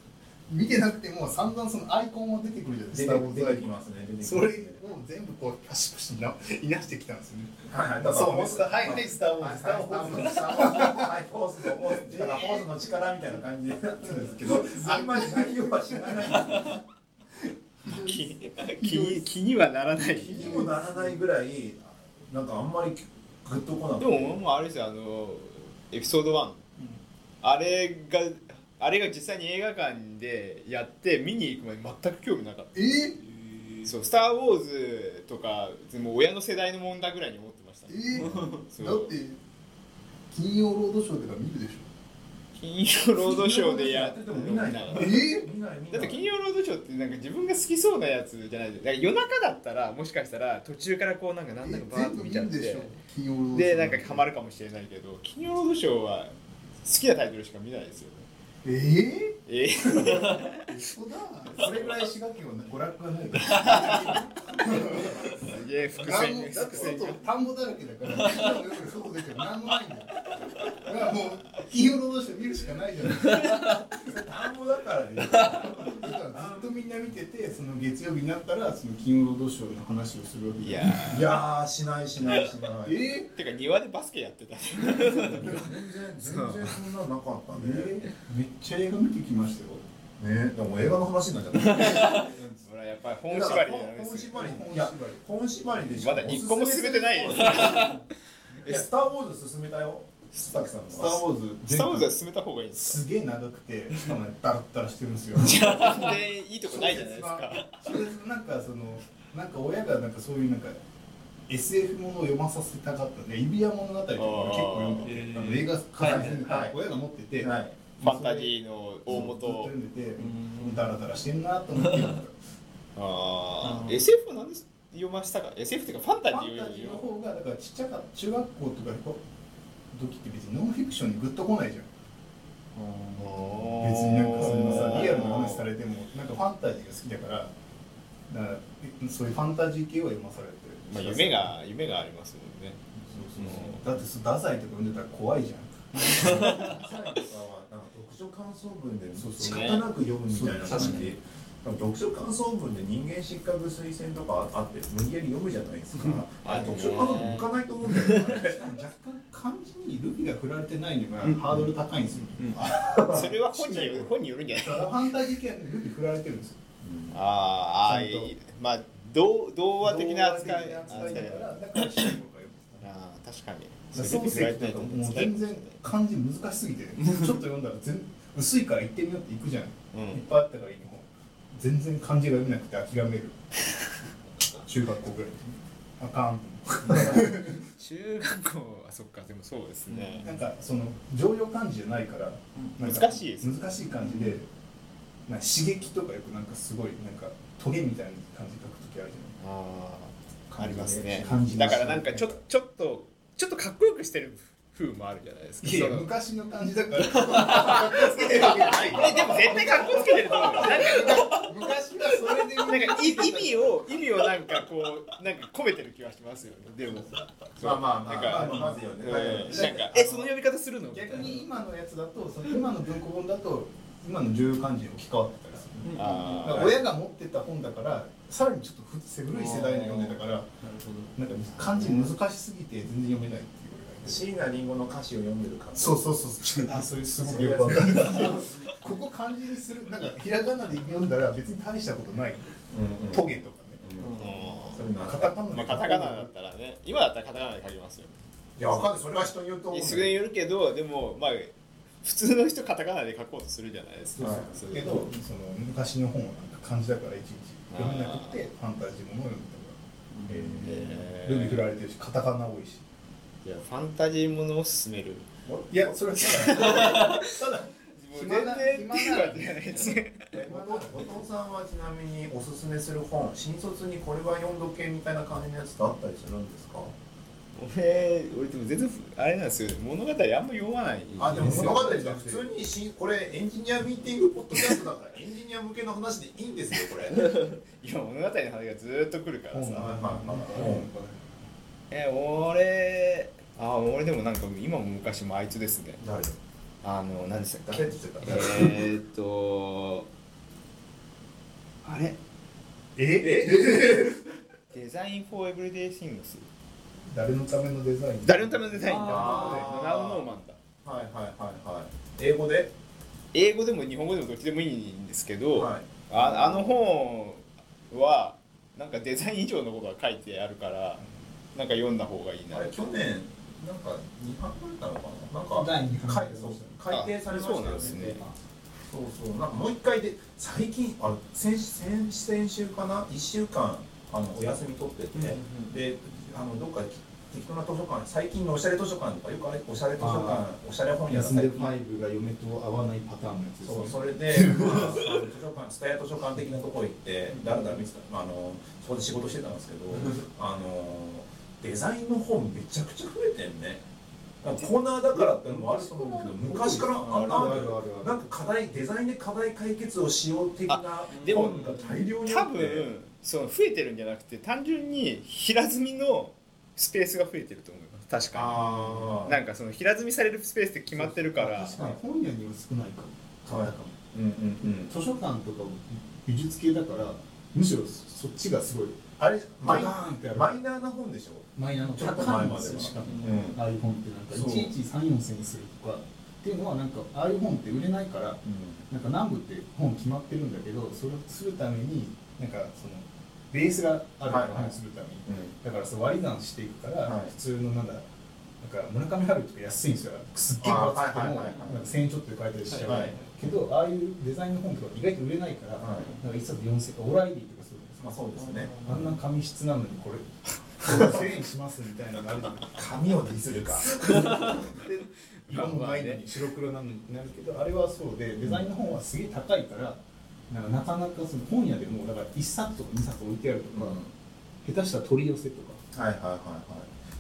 Speaker 4: 見てなくても散々そのアイコンは出てくるじゃないです
Speaker 1: 出
Speaker 4: か
Speaker 1: て出てきますね出てきます
Speaker 4: それを全部こうパシパシないなしてきたんですよね
Speaker 1: はいはいだから
Speaker 4: そうはいはいスター・ウォー
Speaker 1: はい
Speaker 4: ズスター・ウォーズ
Speaker 1: はいフォースのフォースだからフォースの力みたいな感じになってるんですけ
Speaker 4: (laughs)
Speaker 1: どあんまり内容は知らない
Speaker 2: 気気に気にはならない
Speaker 1: 気にもならないぐらいなんかあんまりグッとこなく
Speaker 2: で
Speaker 1: て
Speaker 2: ももうあれですよあのエピソード1、あれがあれが実際に映画館でやって見に行くまで全く興味なかった
Speaker 4: えー
Speaker 2: そう「スター・ウォーズ」とかもう親の世代のもんだぐらいに思ってました、
Speaker 4: えー
Speaker 2: そう
Speaker 4: だって金曜ロードショーとか見るでしょ
Speaker 2: 金曜ロードショーでや
Speaker 1: でも見ない
Speaker 2: だ
Speaker 4: えー
Speaker 1: 見ない見
Speaker 2: っ
Speaker 1: な
Speaker 2: て
Speaker 1: い
Speaker 2: 金曜ロードショーってなんか自分が好きそうなやつじゃないですだから夜中だったらもしかしたら途中からこうなんかなんだかバー
Speaker 4: 全
Speaker 2: ッと
Speaker 4: 部見
Speaker 2: 見ちゃっ
Speaker 4: る
Speaker 2: て
Speaker 4: でしょ金曜ロードショー
Speaker 2: でなんかハマるかもしれないけど金曜ロードショーは好きなタイトルしか見ないですよね
Speaker 4: ええ
Speaker 2: えー
Speaker 4: 嘘だ
Speaker 1: それぐらい滋賀県は娯楽
Speaker 2: (laughs)
Speaker 1: がない
Speaker 2: すげえ伏
Speaker 4: 何
Speaker 2: 線
Speaker 4: も
Speaker 2: が
Speaker 4: だって
Speaker 2: 伏線が
Speaker 4: 外田んぼだらけだから金曜ロードショー外出ても何もないん (laughs) だよだからもう金曜ロードショー見るしかないじゃないですか
Speaker 1: 田んぼだからね
Speaker 2: (laughs)
Speaker 4: だからずっとみんな見ててその月曜日になったらその金曜ロードショーの話をするわけ
Speaker 2: い
Speaker 4: じゃ
Speaker 2: や
Speaker 4: ん
Speaker 1: いやーしないしないしない
Speaker 4: え
Speaker 2: ーてか庭でバスケやってた
Speaker 1: 全然全然そんなのなかった
Speaker 4: ー
Speaker 1: ね
Speaker 4: えーめっちゃ映画見てきましたよ
Speaker 1: ねでも映画の話になっちゃった
Speaker 2: ほらやっぱり本縛りだね
Speaker 1: 本縛りいや本縛りでしょ
Speaker 2: まだ一個も進めてないよ
Speaker 1: えスター・ウォーズ進めたよ須崎さん
Speaker 4: スター・ウォーズ
Speaker 2: スター・ウォーズは進めた方がいいんです
Speaker 4: すげえ長くてしか
Speaker 2: (laughs)
Speaker 4: もダラッダラしてるんですよ
Speaker 2: か全然いいとこないじゃないですか
Speaker 4: 小説のなんかそのなんか親がなんかそういうなんか SF ものを読まさせたかったんで指輪物語とか結構読んでて
Speaker 3: あー
Speaker 4: あの映画化されてる
Speaker 1: はいはい
Speaker 4: 親が持ってて、
Speaker 1: はい
Speaker 2: ファンタジーの大
Speaker 4: ずっと
Speaker 2: 元
Speaker 4: 読んでてダラダラしてんなと思って読んで
Speaker 2: ああ
Speaker 3: うん
Speaker 2: SF は何で読ましたか SF っていうかファンタ
Speaker 4: た
Speaker 2: ジ
Speaker 4: フ
Speaker 2: ーを
Speaker 4: ァンタ
Speaker 2: 読
Speaker 4: ジ
Speaker 2: む
Speaker 4: ーの
Speaker 2: よ
Speaker 4: 方がだからちっちゃかった中学校とかこう時って別にノンフィクションにグッとこないじゃん別になんかそのさリアルな話されてもなんかファンタジーが好きだからだからえそういうファンタジー系は読まされてる
Speaker 2: まあ夢が夢がありますもんね
Speaker 4: そうそうだってその太宰とか読んでたら怖いじゃん
Speaker 1: 読書感想文で
Speaker 4: そうそう
Speaker 1: 仕方なく読むみたいな感じ読書感想文で人間失格推薦とかあって無理やり読むじゃないですかあれ読書感想文向かないと思うんだよね
Speaker 4: 若干漢字にルビが振られてないのがハードル高いんですよ、
Speaker 2: それは本による本によるんじゃない
Speaker 4: (laughs) だからファンタジー系はルビ振られてるんですよ
Speaker 2: あーあーいいまあ童童話的な扱い
Speaker 4: 童話的な扱いだか
Speaker 2: あ
Speaker 4: らだから主人公がよ
Speaker 2: あー確かに
Speaker 4: く漱石とかもう全然漢字難しすぎ
Speaker 2: (laughs)
Speaker 4: てちょっと読んだら全薄いから行ってみようって行くじゃん、
Speaker 2: うん
Speaker 4: いっぱいあったからいいの全然漢字が読めなくて諦める中学校ぐらいであかん
Speaker 2: 中学校あそっかでもそうですね、
Speaker 4: なんかその常用漢字じゃないから、なんか
Speaker 2: 難しいです
Speaker 4: 難しい漢字で、なんか刺激とかよくなんかすごいなんかトゲみたいな漢字書くときあるじゃ
Speaker 2: ああありますね
Speaker 4: 感じま
Speaker 2: だ
Speaker 4: す
Speaker 2: からなんかちょちょっとちょっとかっこよくしてる風もあるじゃないですか
Speaker 4: ない。いやい
Speaker 2: そ
Speaker 4: や
Speaker 2: の
Speaker 4: 昔の漢字だから。
Speaker 2: (laughs)
Speaker 4: 昔
Speaker 2: えでも絶対かっこつけてると思うよなんか
Speaker 4: はそれで
Speaker 2: なんかい意味を意味をなんかこうなんか込めてる気はしますよねでも
Speaker 1: まあまあ
Speaker 2: なん
Speaker 1: まあ
Speaker 2: か、
Speaker 1: まあまずよ
Speaker 2: う
Speaker 1: ね
Speaker 2: んなんかえその呼び方するのみたいな
Speaker 4: 逆に今のやつだとその今の文庫本だと今の常用漢字に置き換わってたりする。だから
Speaker 2: あ
Speaker 4: 親が持ってた本だからさらにちょっと古い世代の読んでたからなんか漢字難しすぎて全然読めないっていう俺がいて
Speaker 1: 椎名林檎の歌詞を読んでる感じ
Speaker 4: そうそうそう。 (laughs) あ、それすごくよくわかる。ここ漢字にする、なんかひらがなで読んだら別に大したことない。
Speaker 1: うんうん
Speaker 4: トゲとかね。
Speaker 1: うん
Speaker 2: あ
Speaker 1: そういうのあ
Speaker 4: カ
Speaker 1: った
Speaker 4: タカ
Speaker 2: う
Speaker 4: ナ
Speaker 2: ん
Speaker 4: で。
Speaker 2: まあカタカナだったらね今だったらカタカナで書きますよ
Speaker 1: いやわかんないそれは人によると思うんだけ
Speaker 2: すぐ
Speaker 1: ど
Speaker 2: によるけどでもまあ普通の人カタカナで書こうとするじゃないです
Speaker 4: そ
Speaker 2: か
Speaker 4: う
Speaker 1: はい
Speaker 4: そう。けど、その昔の本はなんか漢字だからいちいち読めなくて、ファンタジーものを読んでたから。え
Speaker 2: え
Speaker 4: ールビ振られてるし、カタカナ多いし。
Speaker 2: いやファンタジーものを勧める
Speaker 4: いや、それはただ。ただ。暇な暇な
Speaker 1: 後藤さんはちなみにおすすめする本新卒にこれは読んどけみたいな感じのやつってあったりするんですか
Speaker 2: あ俺俺でも全然あれなんですよ物語あんま読まない
Speaker 1: あでも物語じゃ普通にしこれエンジニアミーティングポッドキャストだからエンジニア向けの話でいいんですよこれ
Speaker 2: (laughs) いや物語の話がずっと来るからさ、
Speaker 1: まあまあまあ
Speaker 2: え俺あ俺でもなんか今も昔もあいつですね
Speaker 1: 誰
Speaker 2: あの何でしたっ
Speaker 1: 誰
Speaker 2: け
Speaker 1: って言ってた
Speaker 2: えーっとあれデザインフォーエブリデイシングス
Speaker 4: 誰のためのデザイン
Speaker 2: 誰のためのデザインだ
Speaker 1: あー
Speaker 2: ナウノーマンだ
Speaker 1: はいはいはいはい英語で
Speaker 2: 英語でも日本語でもどっちでもいいんですけど、
Speaker 1: はい
Speaker 2: ああの本はなんかデザイン以上のことが書いてあるからなんか読んだ方がいいな
Speaker 1: あれ去年なんか二版ぐらいなのかななんか
Speaker 4: 第二版
Speaker 1: 改そう改訂されましたよ
Speaker 2: あそうなんですね
Speaker 1: そうそうなんかもう一回で最近あれ先先先週かな一週間あのお休み取ってて、であのどっか適当な図書館最近のおしゃれ図書館とかよくあれおしゃれ図書館
Speaker 4: あ
Speaker 1: おしゃれ本屋が
Speaker 4: 休ん
Speaker 1: 最
Speaker 4: でる
Speaker 1: 近
Speaker 4: ファイブが嫁と合わないパターンのやつですね
Speaker 1: そうそれで、まあ、あの図書館蔦屋図書館的なとこ行ってだらだら見てた、まあ、あのそこで仕事してたんですけどあのデザインの本めちゃくちゃ増えてんねなんかコーナーだからってのもあると思うけど昔からあ
Speaker 4: あるあ
Speaker 1: あ
Speaker 4: るあ
Speaker 1: る
Speaker 4: るある
Speaker 1: なんか課題デザインで課題解決をしよう的な
Speaker 2: でも
Speaker 1: 本が大量にあ
Speaker 2: 多
Speaker 1: って
Speaker 2: 分その増えてるんじゃなくて単純に平積みのスペースが増えてると思います確か
Speaker 1: ああ
Speaker 2: になんかその平積みされるスペースって決まってるから
Speaker 4: 確かに本屋には少ないかも
Speaker 1: はい
Speaker 4: 買ったかも
Speaker 1: うんうんうん
Speaker 4: 図書館とかも美術系だからむしろそっちがすごい
Speaker 1: あれ
Speaker 4: バ
Speaker 1: マイ
Speaker 4: カーンってやる
Speaker 1: マイナーな本でしょ
Speaker 4: マイナーの
Speaker 1: ちょっと
Speaker 4: 高
Speaker 1: 前
Speaker 4: いん
Speaker 1: ま
Speaker 4: で
Speaker 1: です
Speaker 4: よ
Speaker 1: は
Speaker 4: しかも
Speaker 1: うん
Speaker 4: ああいう本ってなんか
Speaker 1: そう
Speaker 4: いちいち3 4千にするとかっていうのはなんかああいう本って売れないからなんか南部って本決まってるんだけどそれをするためになんかそのベースがあるか
Speaker 1: は
Speaker 4: ら
Speaker 1: いはい
Speaker 4: 本するために
Speaker 1: うん
Speaker 4: だからそう割り算していくから、
Speaker 1: はい
Speaker 4: 普通のなんだなんか村上春樹とか安いんですよすっげえ分厚くて
Speaker 1: あーはいはい
Speaker 4: も
Speaker 1: はいはい
Speaker 4: なんか1000円ちょっとで買えたりしちゃう、
Speaker 1: はい
Speaker 4: けどああいうデザインの本とか意外と売れないから、
Speaker 1: はい
Speaker 4: なんか一冊4000円オライリーとかそうです
Speaker 1: まあそうですね
Speaker 4: あんな紙質なのにこれ1000円しますみたいなのがある
Speaker 1: (laughs)
Speaker 4: じゃない
Speaker 1: 紙をディスるか
Speaker 4: 色もないのに白黒なのになるけどあれはそうでデザインの本はすげえ高いからなんかなかなかその本屋でもだから1冊とか2冊置いてあるとか、下手したら取り寄せとか
Speaker 1: はいはいはいはい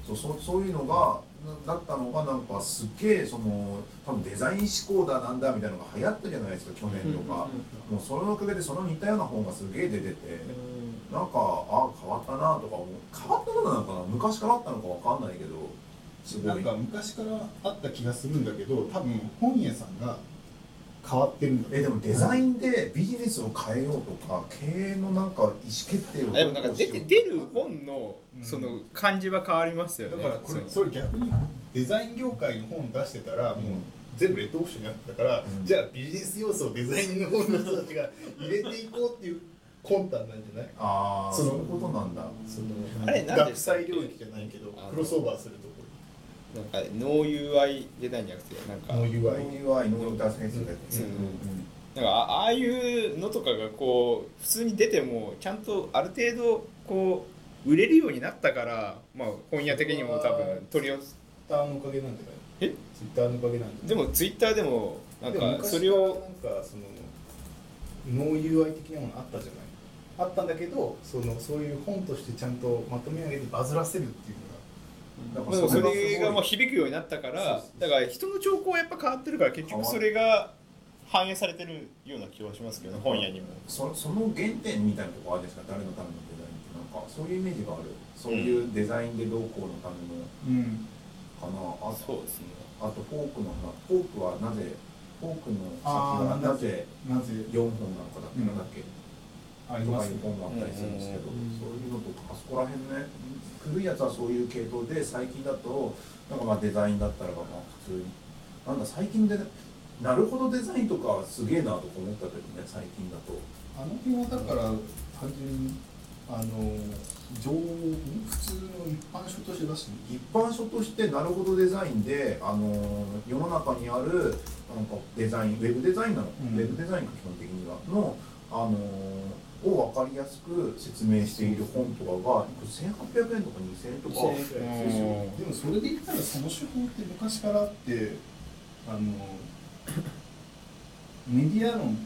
Speaker 1: そうそうそういうのがなだったのがなんかすっげえその多分デザイン思考だなんだみたいなのが流行ったじゃないですか去年とか、もうそれのおかげでその似たような本がすげえ出てて、なんかあ変わったなとか思う変わったことなのかな昔からあったのかわかんないけどすごい
Speaker 4: なんか昔からあった気がするんだけど多分本屋さんが変わってるんだ
Speaker 1: えでもデザイ
Speaker 4: ン
Speaker 1: ンでビジネスを変えようとか経営のなんか意思決定を
Speaker 2: でもなんか出て出る本の
Speaker 4: うん
Speaker 2: その感じは変わりますよ
Speaker 4: だ
Speaker 2: ね
Speaker 4: からこれ
Speaker 2: そ
Speaker 4: それ逆にデザイン業界の本出してたらもう全部レッドオプションになってたから、
Speaker 1: うん
Speaker 4: じゃあビジネス要素をデザインの本の人たちが入れていこうっていう魂胆なんじゃない
Speaker 1: ああそ
Speaker 4: その
Speaker 1: ういうことなんだ
Speaker 4: その
Speaker 2: あれなんで
Speaker 4: 学際領域じゃないけど
Speaker 2: あの
Speaker 4: クロスオーバーするとこ
Speaker 2: うなんかノー UI デザインじゃなくてなんか
Speaker 4: ろ
Speaker 1: こ
Speaker 4: の
Speaker 1: う
Speaker 4: UI
Speaker 1: いう愛のインターセンスで
Speaker 2: うんなんかあああいうのとかがこう普通に出てもちゃんとある程度こう売れるようになったから、まあ、本屋的にも多分取り寄せ
Speaker 4: ツイッターのおかげなんじゃない
Speaker 2: え
Speaker 4: ツイッターのおかげなんじゃない
Speaker 2: でもツイッターでもなん
Speaker 4: でも
Speaker 2: か
Speaker 4: 昔
Speaker 2: それを
Speaker 4: からなんかそのノー UI 的なものあったじゃないあったんだけどそのそういう本としてちゃんとまとめ上げてバズらせるっていう
Speaker 1: だから
Speaker 2: でもそ
Speaker 1: それがすごい
Speaker 2: れがまあ響くようになったからだから人の兆候はやっぱ変わってるから結局それが反映されてるような気はしますけどね本屋にも。
Speaker 1: そその原点みたいなとこあるんですか誰のためのデザインってなんかそういうイメージがあるそういうデザインでどうこうのためのかな、あ
Speaker 2: そう
Speaker 1: と
Speaker 2: ですね
Speaker 1: あとフォークの話フォークはなぜフォークの
Speaker 4: あー
Speaker 1: 先
Speaker 4: な
Speaker 1: は
Speaker 4: んだ
Speaker 1: な
Speaker 4: っけ
Speaker 1: ぜ
Speaker 4: のがなぜ
Speaker 1: 4本なのかだっけ、
Speaker 4: うん
Speaker 1: なんだっけ
Speaker 4: あ
Speaker 1: と
Speaker 4: り
Speaker 1: か
Speaker 4: ます
Speaker 1: いう本があったりするんですけど、そういうのとかあそこら辺ね古いやつはそういう系統で最近だとなんかまあデザインだったらばまあ普通になんだ最近でなるほどデザインとかすげえなとか思ったけどね最近だと。
Speaker 4: あの辺はだから単純にあの情普通の一般書として出して
Speaker 1: 一般書としてなるほどデザインで、あのー世の中にあるなんかデザインウェブデザインなの、
Speaker 4: うん
Speaker 1: ウェブデザインが基本的にはの、あのーを分かりやすく説明している本とかが1800円とか2000円とか
Speaker 4: 2000円くらい
Speaker 1: ですよ
Speaker 4: でもそれで言ったらその手法って昔からあってあのメディア論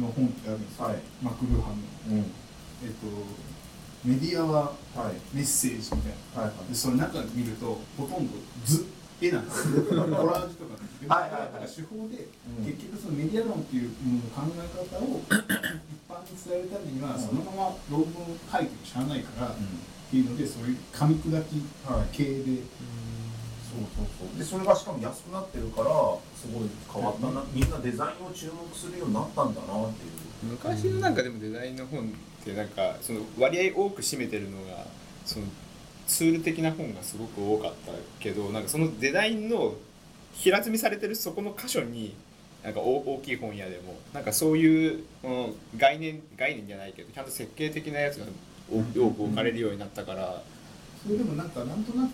Speaker 4: の本ってあるんですよ、
Speaker 1: はい
Speaker 4: マクルーハンの。
Speaker 1: うん
Speaker 4: えっと、
Speaker 6: メディアは
Speaker 1: はい
Speaker 6: メッセージみたい
Speaker 1: はいはい
Speaker 6: なでそれ中見るとほとんど図絵なんです
Speaker 1: (laughs)
Speaker 6: よコラージュとか
Speaker 1: はいはいはい
Speaker 6: なんか手法で
Speaker 1: うん
Speaker 6: 結局そのメディア論っていうものの考え方を一般に伝えるためには
Speaker 1: うん
Speaker 6: そのまま論文を書いてもしゃあないからっ
Speaker 1: うん
Speaker 6: ていうのでそういう噛み砕き
Speaker 1: はい
Speaker 6: 系で
Speaker 1: そうそうそうでそれがしかも安くなってるからすごい変わったなみんなデザインを注目するようになったんだなっていう
Speaker 2: 昔のなんかでもデザインの本ってなんかその割合多く占めてるのがそのツール的な本がすごく多かったけどなんかそのデザインの平積みされてるそこの箇所になんか大大きい本屋でもなんかそういう、うん、概念概念じゃないけどちゃんと設計的なやつが多多く置かれるようになったから、
Speaker 6: それでもなんかなんとなく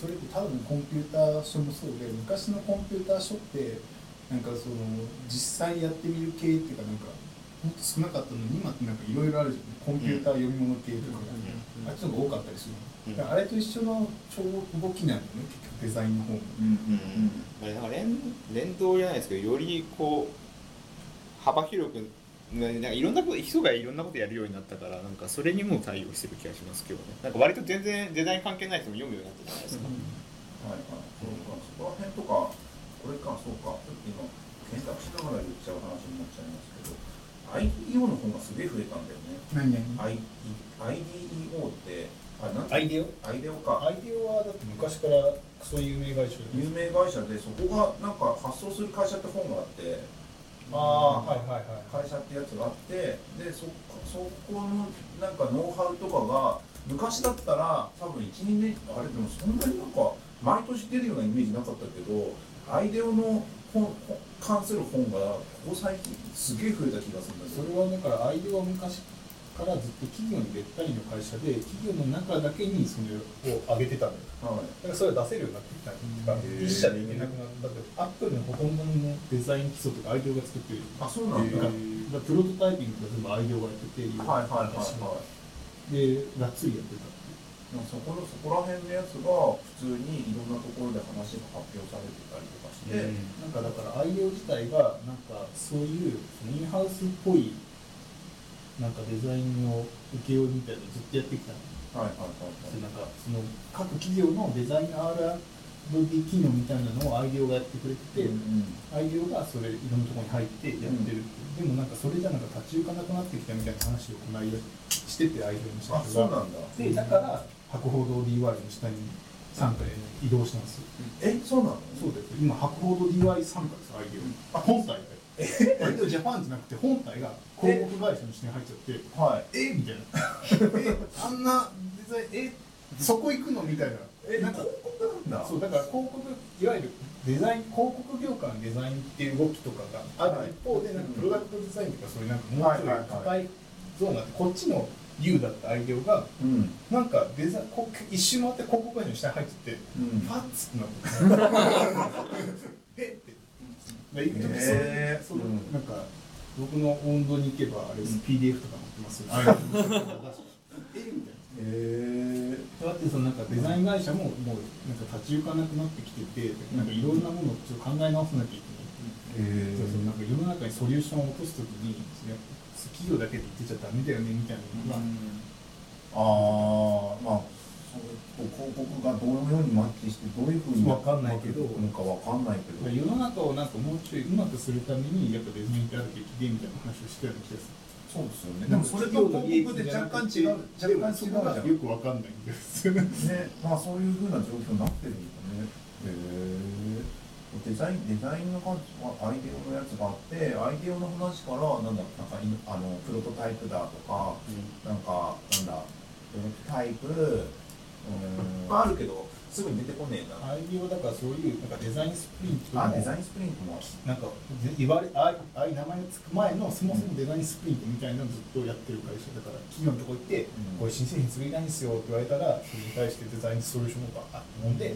Speaker 6: それって多分コンピューター書もそうで昔のコンピューター書ってなんかその実際やってみる系っていうかなんかもっと少なかったのに今ってなんかいろいろあるじゃんコンピューター読み物系とかが、あっちの方が多かったりするの、だからあれと一緒の超動きなんだよね結局デザインの方も
Speaker 2: あれなんか連連動じゃないですけどよりこう幅広くななんかいろんなこと人がいろんなことやるようになったからなんかそれにも対応してる気がしますけどねなんか割と全然デザイン関係ない人も読むようになったじゃないですか、
Speaker 1: はいはいそうかそこら辺とかこれかそうかちょっと今検索しながら言っちゃう話になっちゃいますけど IDEO の方がすげえ増えたんだよね
Speaker 6: 何々
Speaker 1: I- IDEO ってあれなんて
Speaker 4: アイデオ
Speaker 1: アイデオか
Speaker 4: アイデオはだって昔からクソ有名会社
Speaker 1: 有
Speaker 4: で
Speaker 1: 名会社でそこがなんか発送する会社って本があって
Speaker 4: ああはいはいはい
Speaker 1: 会社ってやつがあってでそそこのなんかノウハウとかが昔だったら多分12年あれでもそんなになんか毎年出るようなイメージなかったけどアイデオの本本関する本がここ最近すげえ増えた気がするんだけ
Speaker 4: そ
Speaker 1: ど
Speaker 4: れはだからアイデオは昔からずっと企業にべったりの会社で企業の中だけにそれを上げてたのよ
Speaker 1: はい
Speaker 4: だからそれを出せるようになってきたっていう
Speaker 1: へー
Speaker 4: か一社でいけなくなったってアップルのほとんどのデザイン基礎とかアイデオが作ってる
Speaker 1: あそうなんだ、
Speaker 4: だからプロトタイピングとか全部アイデオがやってて
Speaker 1: はいはいはい
Speaker 4: 私
Speaker 1: は
Speaker 4: も
Speaker 1: い
Speaker 4: でがっつりやってたってい
Speaker 1: で
Speaker 4: う
Speaker 1: もそこのそこら辺のやつが普通にいろんなところで話が発表されてたりとかして、
Speaker 4: なんかだから IO 自体がなんかそういうインハウスっぽいなんかデザインの請負みたいなのをずっとやってきたんで
Speaker 1: はいはいはい
Speaker 4: なんかその各企業のデザイン R&D 機能みたいなのを IO がやってくれて
Speaker 1: はい、
Speaker 4: て、IO がそれいろんなところに入ってやってるっていう、でもなんかそれじゃなんか立ち行かなくなってきたみたいな話をこの間してて IO にした
Speaker 1: あ
Speaker 4: 人
Speaker 1: そう
Speaker 4: が
Speaker 1: なんだ
Speaker 4: でだから博報堂 DY の下に参加で移動したんですよ
Speaker 1: えそうなの
Speaker 4: そうだよ今博報堂 DY 参加です IO あ本体でアイデオジャパンじゃなくて本体が広告会社の視点入っちゃって
Speaker 1: はい
Speaker 4: えみたいなえあんなデザインえそこ行くのみたいな
Speaker 1: え
Speaker 4: な
Speaker 1: なんん
Speaker 4: か
Speaker 1: か広告なんだ
Speaker 4: そうだから広告いわゆるデザイン広告業界のデザインっていう動きとかがあ
Speaker 1: はい
Speaker 4: る一方でなんかプロダクトデザインとかそういうなんかもう
Speaker 1: はい
Speaker 4: ちょ
Speaker 1: はいはい
Speaker 4: い硬いゾーンがあってこっちの U だったアイデオが
Speaker 1: うん
Speaker 4: なんかデザインこう一周回って広告会社の下に入ってって
Speaker 1: うん
Speaker 4: パッツってなって
Speaker 1: (laughs)
Speaker 4: えってで一時そ
Speaker 1: へ
Speaker 4: れ
Speaker 1: ー
Speaker 4: その
Speaker 1: うん
Speaker 4: なんか僕の温度に行けばあれです PDF とか持ってますよ、ね、 (laughs) えみたい
Speaker 1: へえ
Speaker 4: なだってそのなんかデザイン会社ももうなんか立ち行かなくなってきててなんかいろんなものをちょっと考え直さなきゃいけない
Speaker 1: へえ
Speaker 4: そうそうなんか世の中にソリューションを落とすときにそれ企業だけで言ってちゃダメだよねみたいなのが、
Speaker 1: ああまあそう広告がどのようにマッチしてどういうふうに
Speaker 4: わかんないけど
Speaker 1: なんかわかんないけど
Speaker 4: 世の中をなんかもうちょいうまくするためにやっぱデザインってあるべきでみたいな話をしてたような気がする
Speaker 1: そうですよねでもそれと広告で若干違う若干違うじゃん
Speaker 4: よくわかんないんですよね。
Speaker 1: ね、まあそういうふうな状況になってるんだね。へえ。デザイン、デザインの感じ、まあアイデオのやつがあって、アイデオの話から、なんだ、なんかい、あの、プロトタイプだとか、なんか、なんだ、プロトタイプ、うーん、あるけど、すぐに出てこねえな。
Speaker 4: アイディアだからそういうなんかデザインスプリント
Speaker 1: あ、
Speaker 4: の
Speaker 1: デザインスプリントも。
Speaker 4: なんかぜ言われあいあい名前がつく前のそもそもデザインスプリントみたいなのずっとやってる会社だから企業のとこ行って、
Speaker 1: うん
Speaker 4: これ新製品作りたいんですよって言われたらそれに対してデザインソリューションをバーッと飲んで、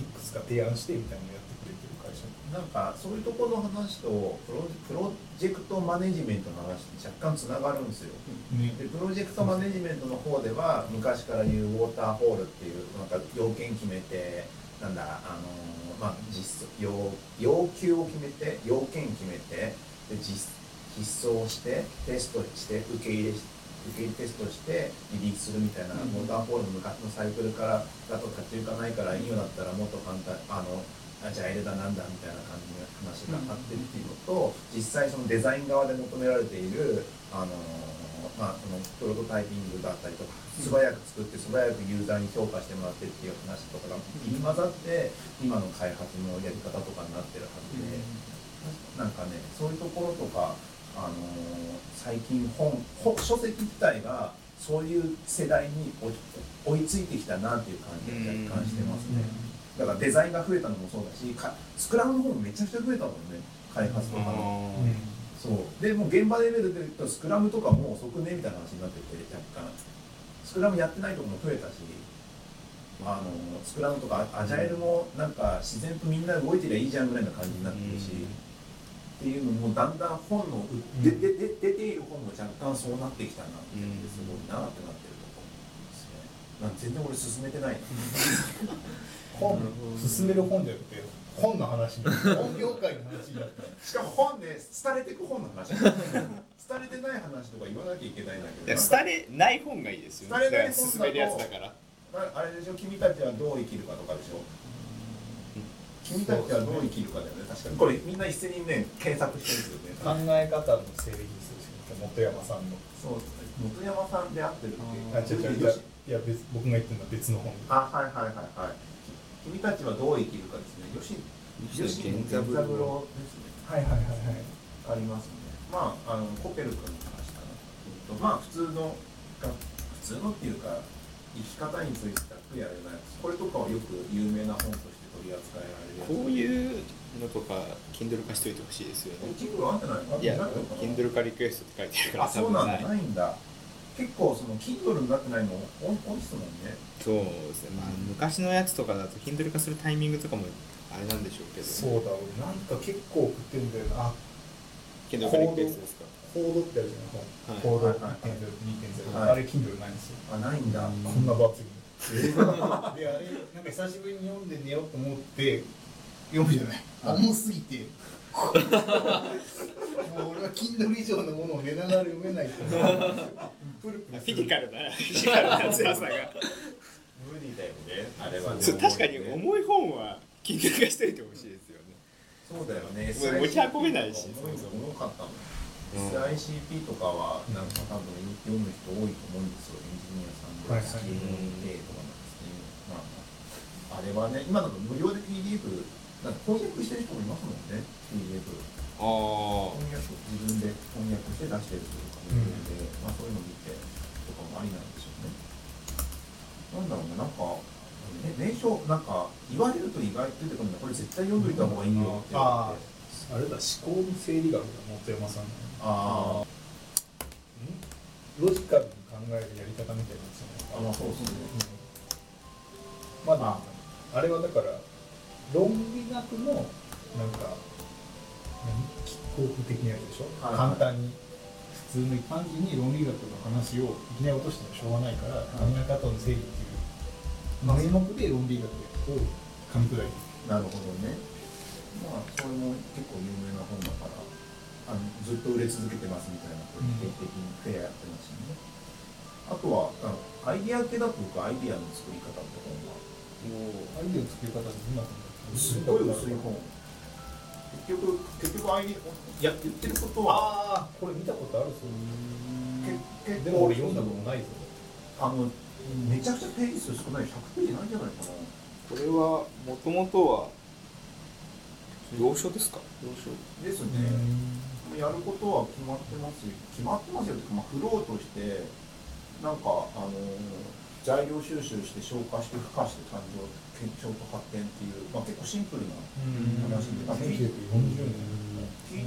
Speaker 4: いくつか提案してみたいなのをやってくれてる会社。
Speaker 1: なんか、そういうところの話と、プロ、プロジェクトマネジメントの話って若干つながるんですよ。
Speaker 4: ね
Speaker 1: でプロジェクトマネジメントの方では昔から言うウォーターホールっていうなんか要件決めてなんだあのーまあ実要要求を決めて要件決めてで実実装してテストして受け入れし受け入れテストしてリリースするみたいな、モーターフォールの昔のサイクルからだと立ち行かないから今だったらもっと簡単あのアジャイルだなんだみたいな感じの話があってっていうのと、実際そのデザイン側で求められているあのまあ、そのプロトタイピングだったりとか素早く作って素早くユーザーに評価してもらってっていう話とかが入り混ざって今の開発のやり方とかになってるはずで、なんかねそういうところとか、あのー最近本本書籍自体がそういう世代に追いついてきたなっていう感じが若干してますね。だからデザインが増えたのもそうだしかスクラムの方もめちゃくちゃ増えたもんね開発とかの。そうでもう現場レベルで言うとスクラムとかもう遅くねみたいな話になってて若干スクラムやってないとこも増えたしあのスクラムとかアジャイルもなんか自然とみんな動いてりゃいいじゃんぐらいな感じになってるし、っていうのもだんだん本のででで出ている本も若干そうなってきたなっていうのですごいなってなってるところですねなんか全然俺進めてないな
Speaker 4: 本進める本だよって本の話に (laughs) 本業界の話になった
Speaker 1: しかも本で廃れてく本の (laughs) 話廃れてない話とか言わなきゃいけないんだ
Speaker 2: い
Speaker 1: け
Speaker 2: や
Speaker 1: ど
Speaker 2: 廃れない本がいいですよね
Speaker 1: 廃れない
Speaker 2: だから
Speaker 1: 本
Speaker 2: 進
Speaker 1: だと
Speaker 2: めるやつだから
Speaker 1: ああれでしょ君たちはどう生きるかとかでしょ君たちはどう生きるかだよね確かにこれみんな一斉にね検索してるんです
Speaker 7: 考
Speaker 1: よね
Speaker 7: え方の整理ですよ元山さんの
Speaker 1: そう元山さんで合ってるっけ
Speaker 4: あ違う違ういやいや別僕が言ってるのは別の本
Speaker 1: あはいはいはいはい君たちはどう生きるかですね吉吉野源三郎ですね
Speaker 4: はいはいはい
Speaker 1: あ
Speaker 4: はい
Speaker 1: りますねまああのコペル君の話かな、えっと、まあ普通のが普通のっていうか生き方についてざっくりあれないこれとかはよく有名な本として取り扱えられる
Speaker 2: こういうのとか Kindle 化しといてほしいですよね
Speaker 1: 一部はあんじゃないの
Speaker 2: いや
Speaker 1: なってるのかな
Speaker 2: Kindle 化リクエストって書いてるから
Speaker 1: あそうなんだ
Speaker 2: 多分
Speaker 1: ないんだ結構その Kindle になってないの多い多いっすもんね
Speaker 2: そうですねまあ昔のやつとかだと Kindle 化するタイミングとかもあれなんでしょうけど
Speaker 4: そうだ俺なんか結構送ってんだよなあ
Speaker 2: Kindle 化リクエストですか
Speaker 4: コードってあるじゃな
Speaker 2: は
Speaker 4: い
Speaker 2: い
Speaker 4: 本コード
Speaker 1: はいはいはい
Speaker 4: 1.0、
Speaker 1: はい
Speaker 4: あれ Kindle ないんですよ、
Speaker 1: あないんだ、
Speaker 4: こんな分厚いの (laughs) であれなんか久しぶりに読んで寝ようと思って読むじゃない重すぎて (laughs) もう俺は Kindle 以上のものを寝ながら読めないからプルプ
Speaker 2: フィ
Speaker 4: ルす
Speaker 2: ジ
Speaker 4: る
Speaker 2: カルだなフィジカルな強さが
Speaker 1: 無理だよねあれはね
Speaker 2: そう確かに重い本は Kindle 化しといてほしいですよね
Speaker 1: そうだよね
Speaker 2: もう持ち運べないし
Speaker 1: 重いの重かったもん
Speaker 2: うん
Speaker 1: SICP とかはなんか多分読む人多いと思うんですよエンジニアさんぐらい好きの例とかなんですけど、まあ、あれはね今だと無料で PDF なんか翻訳してる人もいますもんね PDF
Speaker 2: ああ
Speaker 1: 翻訳自分で翻訳して出してるとかもいるので、まあ、そういうの見てとかもありなんでしょうねなんだろうななんかね名称なんか言われると意外と出てくるんだこれ絶対読んどいた方がいいよって言わ
Speaker 4: あ
Speaker 1: れて
Speaker 4: ああれだ思考の整理学だ元山さんの
Speaker 1: ああ
Speaker 4: んロジカルに考えるやり方みたいなやつじ
Speaker 1: あ
Speaker 4: ゃない
Speaker 1: まあそうですね
Speaker 4: まだあれはだから論理学のなんか何キックオフ的なやつでしょ、
Speaker 1: はい
Speaker 4: 簡単に普通の一般人に論理学の話をいきなり落としてもしょうがないから考え方の整理っていう名目で論理学を噛み砕いてる
Speaker 1: なるほどね。まあ、それも結構有名な本だから、あのずっと売れ続けてますみたいなこと定期的にフェアやってますしね。あとは、あのアイディア系だと僕、アイディアの作り方って本が、
Speaker 4: アイデアの作り方ってどんなことだっけ
Speaker 1: すごい薄い本。結局、結局アイディア、いや、言ってることは、
Speaker 4: ああこれ見たことあるそう
Speaker 1: け結
Speaker 4: い
Speaker 1: 構
Speaker 4: うでも俺読んだことないぞ
Speaker 1: あの、めちゃくちゃページ数少ない、100ページないんじゃないかな。
Speaker 2: これはもともとは洋書ですか
Speaker 1: ですね。やることは決まってますよ決まってますよっていうか、まあ、フローとしてなんかあの材料収集して消化して孵化して誕生検証と発展っていう、まあ、結構シンプルな話で、まあ、
Speaker 4: 1940
Speaker 1: T-
Speaker 4: 年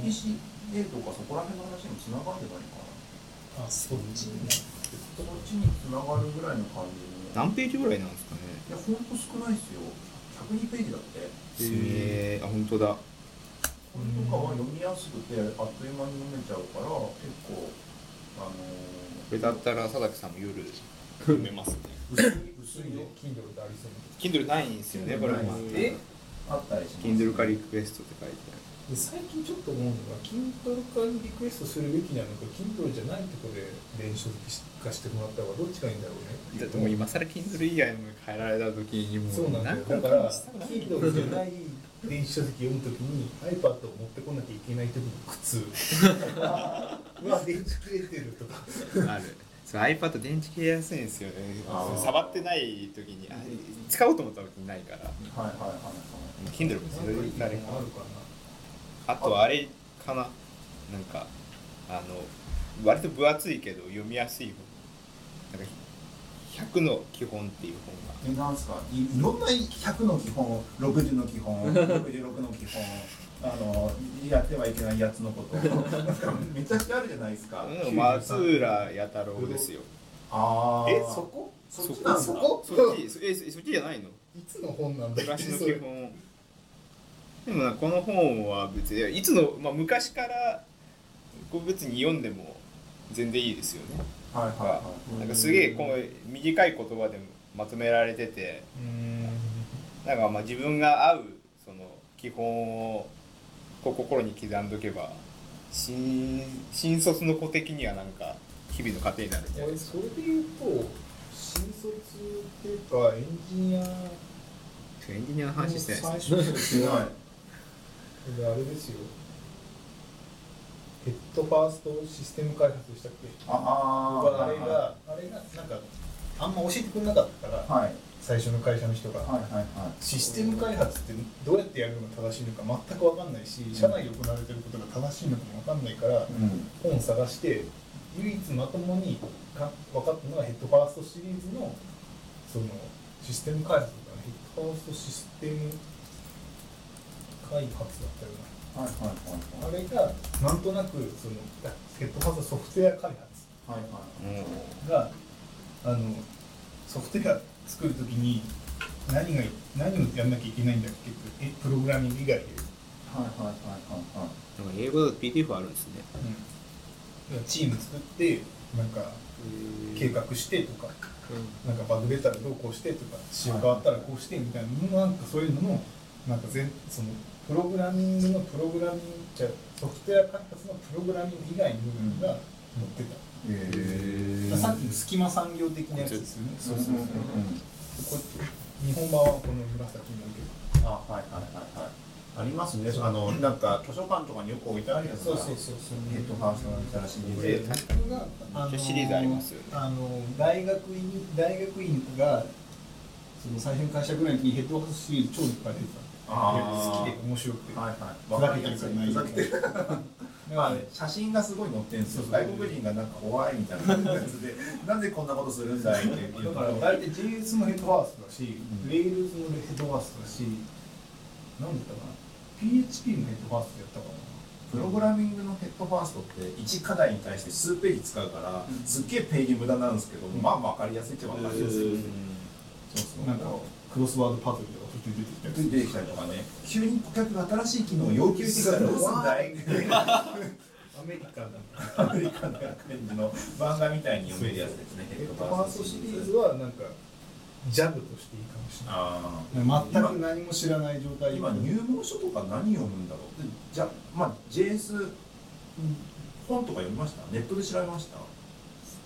Speaker 1: TDCA とかそこら辺の話にもつながってないかな
Speaker 4: あそっちに
Speaker 1: そっちにつながるぐらいの感じにいや
Speaker 2: 何ページぐらいなんですかね
Speaker 1: ほんと少ないですよ102ページだって
Speaker 2: えー、あ本当だ
Speaker 1: これとかは読みやすくてあっという間に読めちゃうから結構あの
Speaker 2: これだったら佐々木さんも夜読め (laughs) ますね
Speaker 1: 薄い薄いよ
Speaker 4: Kindle ってありそう
Speaker 2: Kindle ないんですよねこれも
Speaker 1: えあったりします
Speaker 2: Kindle 化リクエストって書いてあ
Speaker 4: で最近ちょっと思うのが筋トレ化にリクエストするべきなのか筋トレじゃないところで練習化してもらった方がどっちがいいんだろうねってい
Speaker 2: だっ
Speaker 4: う
Speaker 2: てもう今更 Kindle 以外の変えられた時にも
Speaker 4: そうなんだよだ
Speaker 2: か
Speaker 4: から筋トレじゃない電子書籍読むときに iPad を持ってこなきゃいけないときの靴うわ電池切れてるとか
Speaker 2: あるそう iPad 電池切れやすいんですよね
Speaker 1: あー
Speaker 2: 触ってない時にあ使おうと思った時にないから
Speaker 1: はいはいはいはい
Speaker 2: Kindle もそれ
Speaker 4: なんかいいのあ
Speaker 2: 誰
Speaker 4: る
Speaker 2: か
Speaker 4: かな
Speaker 2: あとあれかななんかあの割と分厚いけど読みやすい本なんか100の基本っていう本が
Speaker 1: えなんすかいいろんな100の基本60の基本66の基本あのやってはいけないやつのこと (laughs) なんかめちゃくちゃあるじゃないですか
Speaker 2: うん松浦弥太郎ですよ
Speaker 1: ああ
Speaker 4: えそこ
Speaker 1: そっちなんだ
Speaker 4: そこ
Speaker 2: そっちそえそそっちじゃないの
Speaker 4: いつの本なんだ
Speaker 2: 暮
Speaker 4: っ
Speaker 2: ら
Speaker 4: け
Speaker 2: しの
Speaker 4: そ
Speaker 2: 基
Speaker 4: れ
Speaker 2: 本でもなこの本は別にいやいつの、まあ、昔からこう別に読んでも全然いいですよね
Speaker 1: はいはいは
Speaker 2: なんかすげえ
Speaker 1: (laughs)
Speaker 2: この短い言葉でまとめられてて
Speaker 4: うーん
Speaker 2: なんかまあ自分が合うその基本をこう心に刻んどけば新新卒の子的にはなんか日々の糧になるんじゃない
Speaker 4: 俺
Speaker 2: ですか
Speaker 4: それで言うと新卒っていうかエンジニア
Speaker 2: エンジニアの話してない
Speaker 4: 最
Speaker 2: です
Speaker 4: 初の
Speaker 1: いしない
Speaker 4: であれですよヘッドファーストシステム開発でしたっけ
Speaker 1: ああ
Speaker 4: あれがあれがなんかあんま教えてくれなかったから
Speaker 1: はいはい
Speaker 4: 最初の会社の人が
Speaker 1: はいはいはい
Speaker 4: システム開発ってどうやってやるのが正しいのか全く分かんないし社内で行われてることが正しいのかも分かんないから
Speaker 1: うん
Speaker 4: 本探して唯一まともにか分かったのがヘッドファーストシリーズのそのシステム開発だったねヘッドファーストシステム開発だったよな
Speaker 1: はいはいはい
Speaker 4: あれがなんとなくそのあヘッドファーストソフトウェア開発
Speaker 1: はいはい
Speaker 4: があのソフトウェア作るときに何が何をやんなきゃいけないんだっけえプログラミング以外で、
Speaker 1: はいはいはいはい
Speaker 2: なんか英語だと PDF あるんですね
Speaker 4: チーム作ってなんか計画してとか、なんかバグ出たらどうこうしてとか仕様変わったらこうしてみたいななんかそういうののなんか全そのプログラミングのプログラミングじゃソフトウェア開発のプログラミング以外の部分が載ってた、
Speaker 1: へえ
Speaker 4: さっきの隙間産業的なやつですよね
Speaker 1: そうそうそううん
Speaker 4: こう日本版はこの紫のけど
Speaker 1: あはいはいはいはいありますねあのなんか図書館とかによく置いてあるやつ
Speaker 4: そう
Speaker 1: が
Speaker 4: そうそうそう
Speaker 1: ヘッドファーストの新しいニュース
Speaker 4: で僕があの
Speaker 2: シリーズありますよね
Speaker 4: あの大学院大学院がその最初の会社ぐらいの時にヘッドファーストシリーズ超いっぱい出てた
Speaker 1: あー
Speaker 4: 好きで面白くて、
Speaker 1: はいはい
Speaker 4: ふざけてるじゃない
Speaker 1: ふざけてる
Speaker 4: だ
Speaker 1: ま
Speaker 4: か
Speaker 1: あ
Speaker 4: ら
Speaker 1: ね
Speaker 4: ね
Speaker 1: 写真がすごい載ってるんですよ外国人がなんか怖いみたいなやつでなんでこんなことするんだいって言う
Speaker 4: だ
Speaker 1: と
Speaker 4: から大体 JS もヘッドファーストだし、
Speaker 1: うん
Speaker 4: レイルズもヘッドファーストだし何だったかな PHP もヘッドファーストやったかな
Speaker 1: プログラミングのヘッドファーストって1課題に対して数ページ使うからすっげえページ無駄なんですけどまあ分かりやすいっちゃ分かりやすいそうそう
Speaker 4: なんかクロスワードパズルとか普通に出て
Speaker 1: 出て
Speaker 4: きたり
Speaker 1: きたりとかね急に顧客が新しい機能を要求してきたらどうすんだい
Speaker 4: アメリカンだ
Speaker 1: アメリカンな感じの漫画みたいに読めるやつですね
Speaker 4: ヘッドファーストシリーズはなんかジャブとしていいかもしれない
Speaker 1: ああ
Speaker 4: 全く何も知らない状態
Speaker 1: 今入門書とか何読むんだろうでじゃまあ JS 本とか読みましたネットで調べました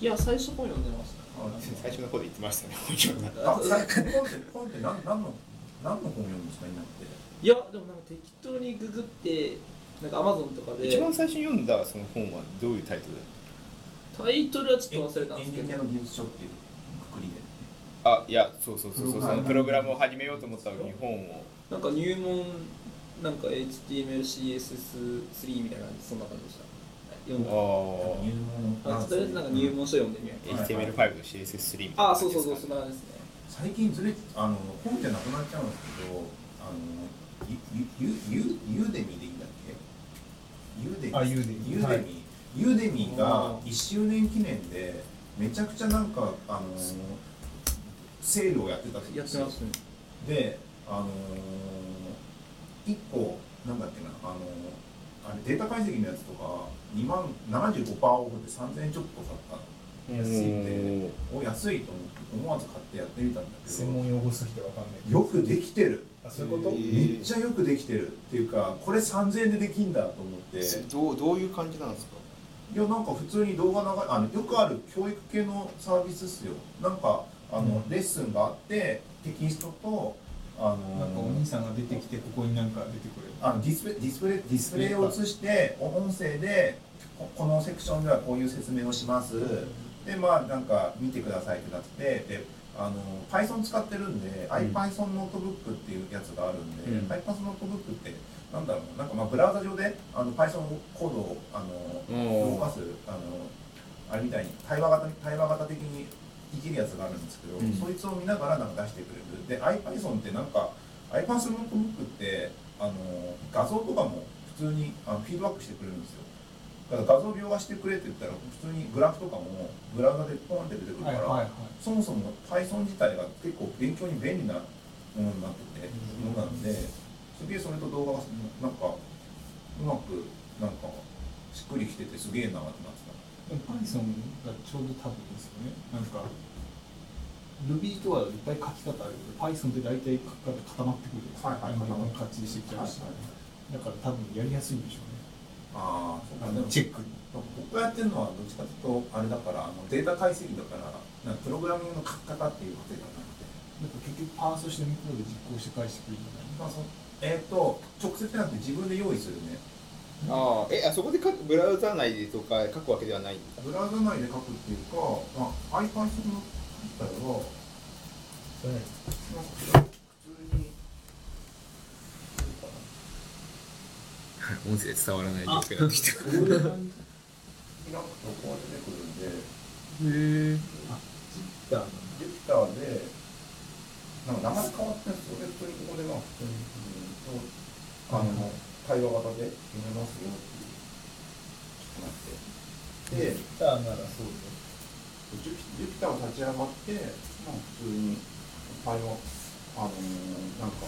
Speaker 3: いや最初本読んでまし
Speaker 2: 最初の方で言ってましたね本読んだ
Speaker 1: あさ本って本って何何の何の本読むんですか今って
Speaker 3: いやでもなんか適当にググってなんかアマゾンとかで
Speaker 2: 一番最初に読んだその本はどういうタイトルだっ
Speaker 3: タイトルはちょっと忘れたん
Speaker 1: エ
Speaker 3: です
Speaker 1: ン
Speaker 3: け
Speaker 1: ジニア
Speaker 3: ど
Speaker 1: の技術書っていうくくりで
Speaker 2: たあいやそうそうそうそう
Speaker 1: プログラ
Speaker 2: そ
Speaker 1: ム
Speaker 2: のプログラムを始めようと思った時に本を
Speaker 3: なんか入門なんか HTMLCSS3 みたいな感じそんな感じでした読んだ
Speaker 2: あ
Speaker 1: 入門
Speaker 3: あとりあえずなんか入門書読んでみよう
Speaker 2: あ HTML5 と CSS3 みたいな
Speaker 3: あ
Speaker 2: 感
Speaker 3: あそ
Speaker 2: じ
Speaker 3: う
Speaker 2: で
Speaker 3: そう
Speaker 2: すか
Speaker 3: そ
Speaker 2: ね
Speaker 3: うそんな感じですね
Speaker 1: 最近ずれあの本じゃなくなっちゃうんですけどあのゆゆゆゆユーデミーでいいんだっけユーデミー
Speaker 4: あユーデミー
Speaker 1: ユー
Speaker 4: はい
Speaker 1: デミーユーデミーが
Speaker 4: あ
Speaker 1: 1周年記念でめちゃくちゃなんかあのセールをやってたん
Speaker 3: や
Speaker 1: で
Speaker 3: っ
Speaker 1: す
Speaker 3: て
Speaker 1: よ
Speaker 3: ますね
Speaker 1: であの1個なんだっけなあのあれデータ解析のやつとか2万75%オフで3000円ちょっとだった安いんで、お安いと思って思わず買ってやってみたんだけ
Speaker 4: 専門用語すぎてわかんない
Speaker 1: どよくできてる
Speaker 4: あそういうこと、
Speaker 1: めっちゃよくできてるっていうかこれ3000円でできんだと思ってい
Speaker 2: どうどういう感じなんですか
Speaker 1: やなんか普通に動画流れあのよくある教育系のサービスっすよなんかあの、レッスンがあってテキストとあ
Speaker 4: なんかお
Speaker 1: の
Speaker 4: 兄さんが出てきてここになんか出てくる
Speaker 1: あのディスプレイディスプレイディスプレイを映して音声でここのセクションではこういう説明をしますでまあなんか見てくださいってなってであの Python 使ってるんで、iPython ノートブックっていうやつがあるんで、
Speaker 2: うん
Speaker 1: iPython ノートブックってなんだろうなんかまあブラウザ上であの Python コードをあの動かすあのあれみたいに対話型対話型的に生きるやつがあるんですけど、
Speaker 2: うん
Speaker 1: そいつを見ながらなんか出してくれるで iPython ってなんか iPython ノートブックってあの画像とかも普通にあのフィードバックしてくれるんですよだから画像描画してくれって言ったら普通にグラフとかもブラウザでポンって出てくるから、そもそも Python 自体が結構勉強に便利なものになってて、ものなんで、すげえそれと動画がなんか、うまく、なんか、しっくりきてて、すげえなってなって
Speaker 4: でも Python がちょうど多分ですよねなんか Ruby とかいっぱい書き方あるけど Python って大体書き方固まってくるじゃな
Speaker 1: はいはい
Speaker 4: ですか、い、カッチリしてきちゃうしだから多分やりやすいんでしょう
Speaker 1: ああ、そうか、で
Speaker 4: ねあの
Speaker 1: も、
Speaker 4: チェックに
Speaker 1: 僕がやってるのは、どっちかというと、あれだから、あのデータ解析だから、なんかプログラミングの書き方っていうわけじゃなくて、
Speaker 4: なんか結局パースして向こうで実行して返してくるんじゃ
Speaker 1: まあ、
Speaker 4: ない
Speaker 1: そえっ、と、直接じゃなくて自分で用意するね。
Speaker 2: ああえあそこで書くブラウザ内でとか書くわけではないんだ
Speaker 1: ブラウザ内で書くっていうか、まあ、iPython の書き方は、
Speaker 4: それ
Speaker 1: なんか普通に。
Speaker 2: 音声伝わらない状況ができたへ
Speaker 1: 開くとこう出てくるんで、
Speaker 2: え
Speaker 4: だから
Speaker 1: ディターで、なんか名前変わってんですよ、レットにここでまあ普通に、あの、対話型で決めますよっていう、ちょっと待って。で、
Speaker 4: ギターならそう
Speaker 1: ジュピジュピターを立ち上がって、まあ、普通に対話、あのーなんか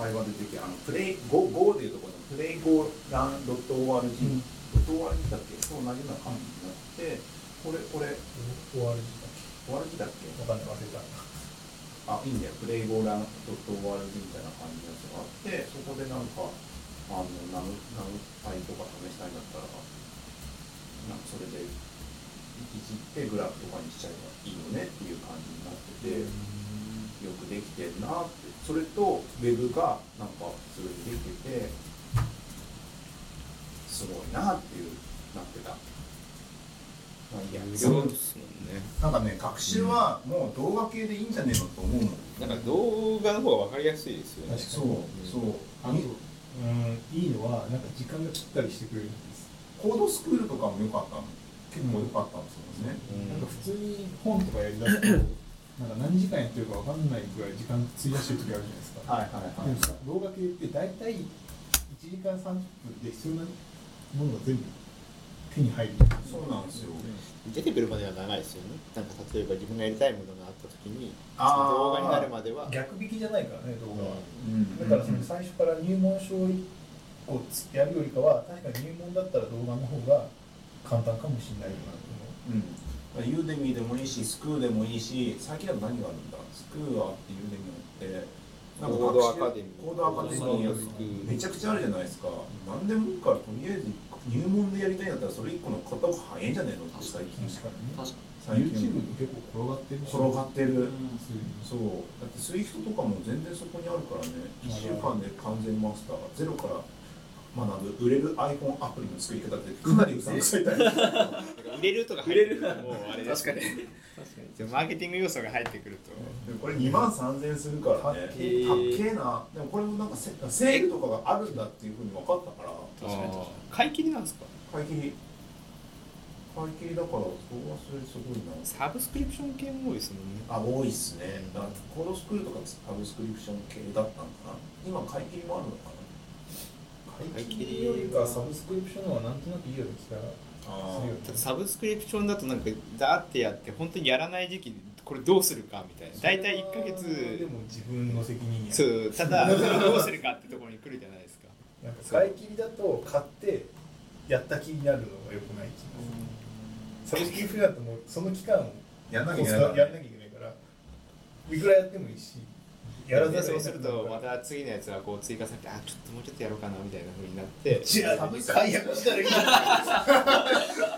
Speaker 1: 対話出てきて、あのプレイ、ゴゴーでいうところのプレイゴーランドット ORG、ドット ORG だっけ、そう同じような感じになって、これ、これ、
Speaker 4: で終わる時
Speaker 1: ORG だっけ、
Speaker 4: だわかんない忘れた
Speaker 1: あ、いいんだよ、プレイゴーランドット ORG みたいな感じのやつがあって、そこでなんか、あの、ナム、ナムパイとか試したいんだったら、なんかそれで、いじってグラフとかにしちゃえばいいよねっていう感じになってて、よくできてるなってそれとウェブがなんかすごいできててすごいなっていうなってた。いや
Speaker 2: そうですもんね
Speaker 1: なんかね学習はもう動画系でいいんじゃねえのと思うの、
Speaker 2: (laughs) なんか動画の方が分かりやすいですよね
Speaker 4: 確
Speaker 1: そうそう
Speaker 4: あとうんいいのはなんか時間が切ったりしてくれるんです
Speaker 1: コードスクールとかも良かったの結構良かったんですよね、
Speaker 4: なんか普通に本とかやりだすと、なんか何時間やってるかわかんないぐらい時間費やしてる時あるじゃないですか。
Speaker 1: はいはい
Speaker 4: でもさ動画系って大体1時間30分で必要なものが全部手に入る。
Speaker 1: そうなんですよ
Speaker 2: 出てくるまでは長いですよねなんか例えば自分がやりたいものがあった時に
Speaker 1: あー
Speaker 2: 動画になるまでは
Speaker 4: 逆引きじゃないからね、動画は。
Speaker 1: うん
Speaker 4: だからその最初から入門書をやるよりかは、確かに入門だったら動画の方が簡単かもしれないよなって思
Speaker 1: う
Speaker 4: う
Speaker 1: ん、ユーデミーでもいいし、スクーでもいいし、最近だと何があるんだ、スクーアってユーデミーって、なんか
Speaker 2: コードアカデミー
Speaker 1: コードアカデミーや
Speaker 2: スクール
Speaker 1: めちゃくちゃあるじゃないですか、何でもいいから、とりあえず入門でやりたいんだったら、それ一個の買った方が早いんじゃないのって最近、
Speaker 4: 確かにね。
Speaker 8: 確か
Speaker 1: 最
Speaker 4: YouTube
Speaker 1: 近
Speaker 4: で結構転がってるし、
Speaker 1: 転がってる。
Speaker 8: に
Speaker 4: 普通に
Speaker 1: そうだってスイフトとかも全然そこにあるからね1週間で完全マスターゼロから学ぶ売れる iPhone アプリの作り方ってかなりうさんくさいタイプ
Speaker 2: 売れるとか入ってくるともうあれですね
Speaker 3: 確かに
Speaker 2: マーケティング要素が入ってくると
Speaker 1: でもこれ2万3000円するからね、たっけ
Speaker 3: ー
Speaker 1: えな、でもこれもなんかセセールとかがあるんだっていうふうに分かったから、
Speaker 2: 確かに買い切りなんですか
Speaker 1: 買い切り、買い切りだから、そこはそれすごいな。
Speaker 2: サブスクリプション系も多いですもんね
Speaker 1: あ、多いっすね。だからコードスクールとかサブスクリプション系だったのかな。今、買い切りもあるのかな。
Speaker 2: 買
Speaker 4: 買
Speaker 2: い
Speaker 4: い
Speaker 2: 切
Speaker 4: 切
Speaker 2: り
Speaker 4: り
Speaker 2: よ
Speaker 4: よ
Speaker 2: り
Speaker 4: り
Speaker 2: は
Speaker 4: かサブスクリプションの方がなんとなくいいような気が
Speaker 1: あ
Speaker 4: するよ
Speaker 2: ただ
Speaker 4: ね。
Speaker 2: サブスクリプションだとなんかダーってやって本当にやらない時期これどうするかみたいな大体1ヶ
Speaker 4: で
Speaker 2: 月
Speaker 4: も自分の責任や。
Speaker 2: そうただどうするかってところに来るじゃないですか
Speaker 4: なんか買い切りだと買ってやった気になるのが良くない気がする。正式フリーランスもその期間を
Speaker 1: やんなきゃいけ
Speaker 4: や
Speaker 1: なんいか
Speaker 4: なきゃ
Speaker 1: ら
Speaker 4: いけないからいくらやってもいいしやらざる
Speaker 2: そう
Speaker 4: を得
Speaker 2: す
Speaker 4: な
Speaker 2: る
Speaker 4: くな
Speaker 2: と
Speaker 4: か
Speaker 2: ま
Speaker 4: ら
Speaker 2: た次のやつはこう追加されてあちょっともうちょっとやろうかなみたいなふうになって
Speaker 4: じゃあ解約したらいいんだ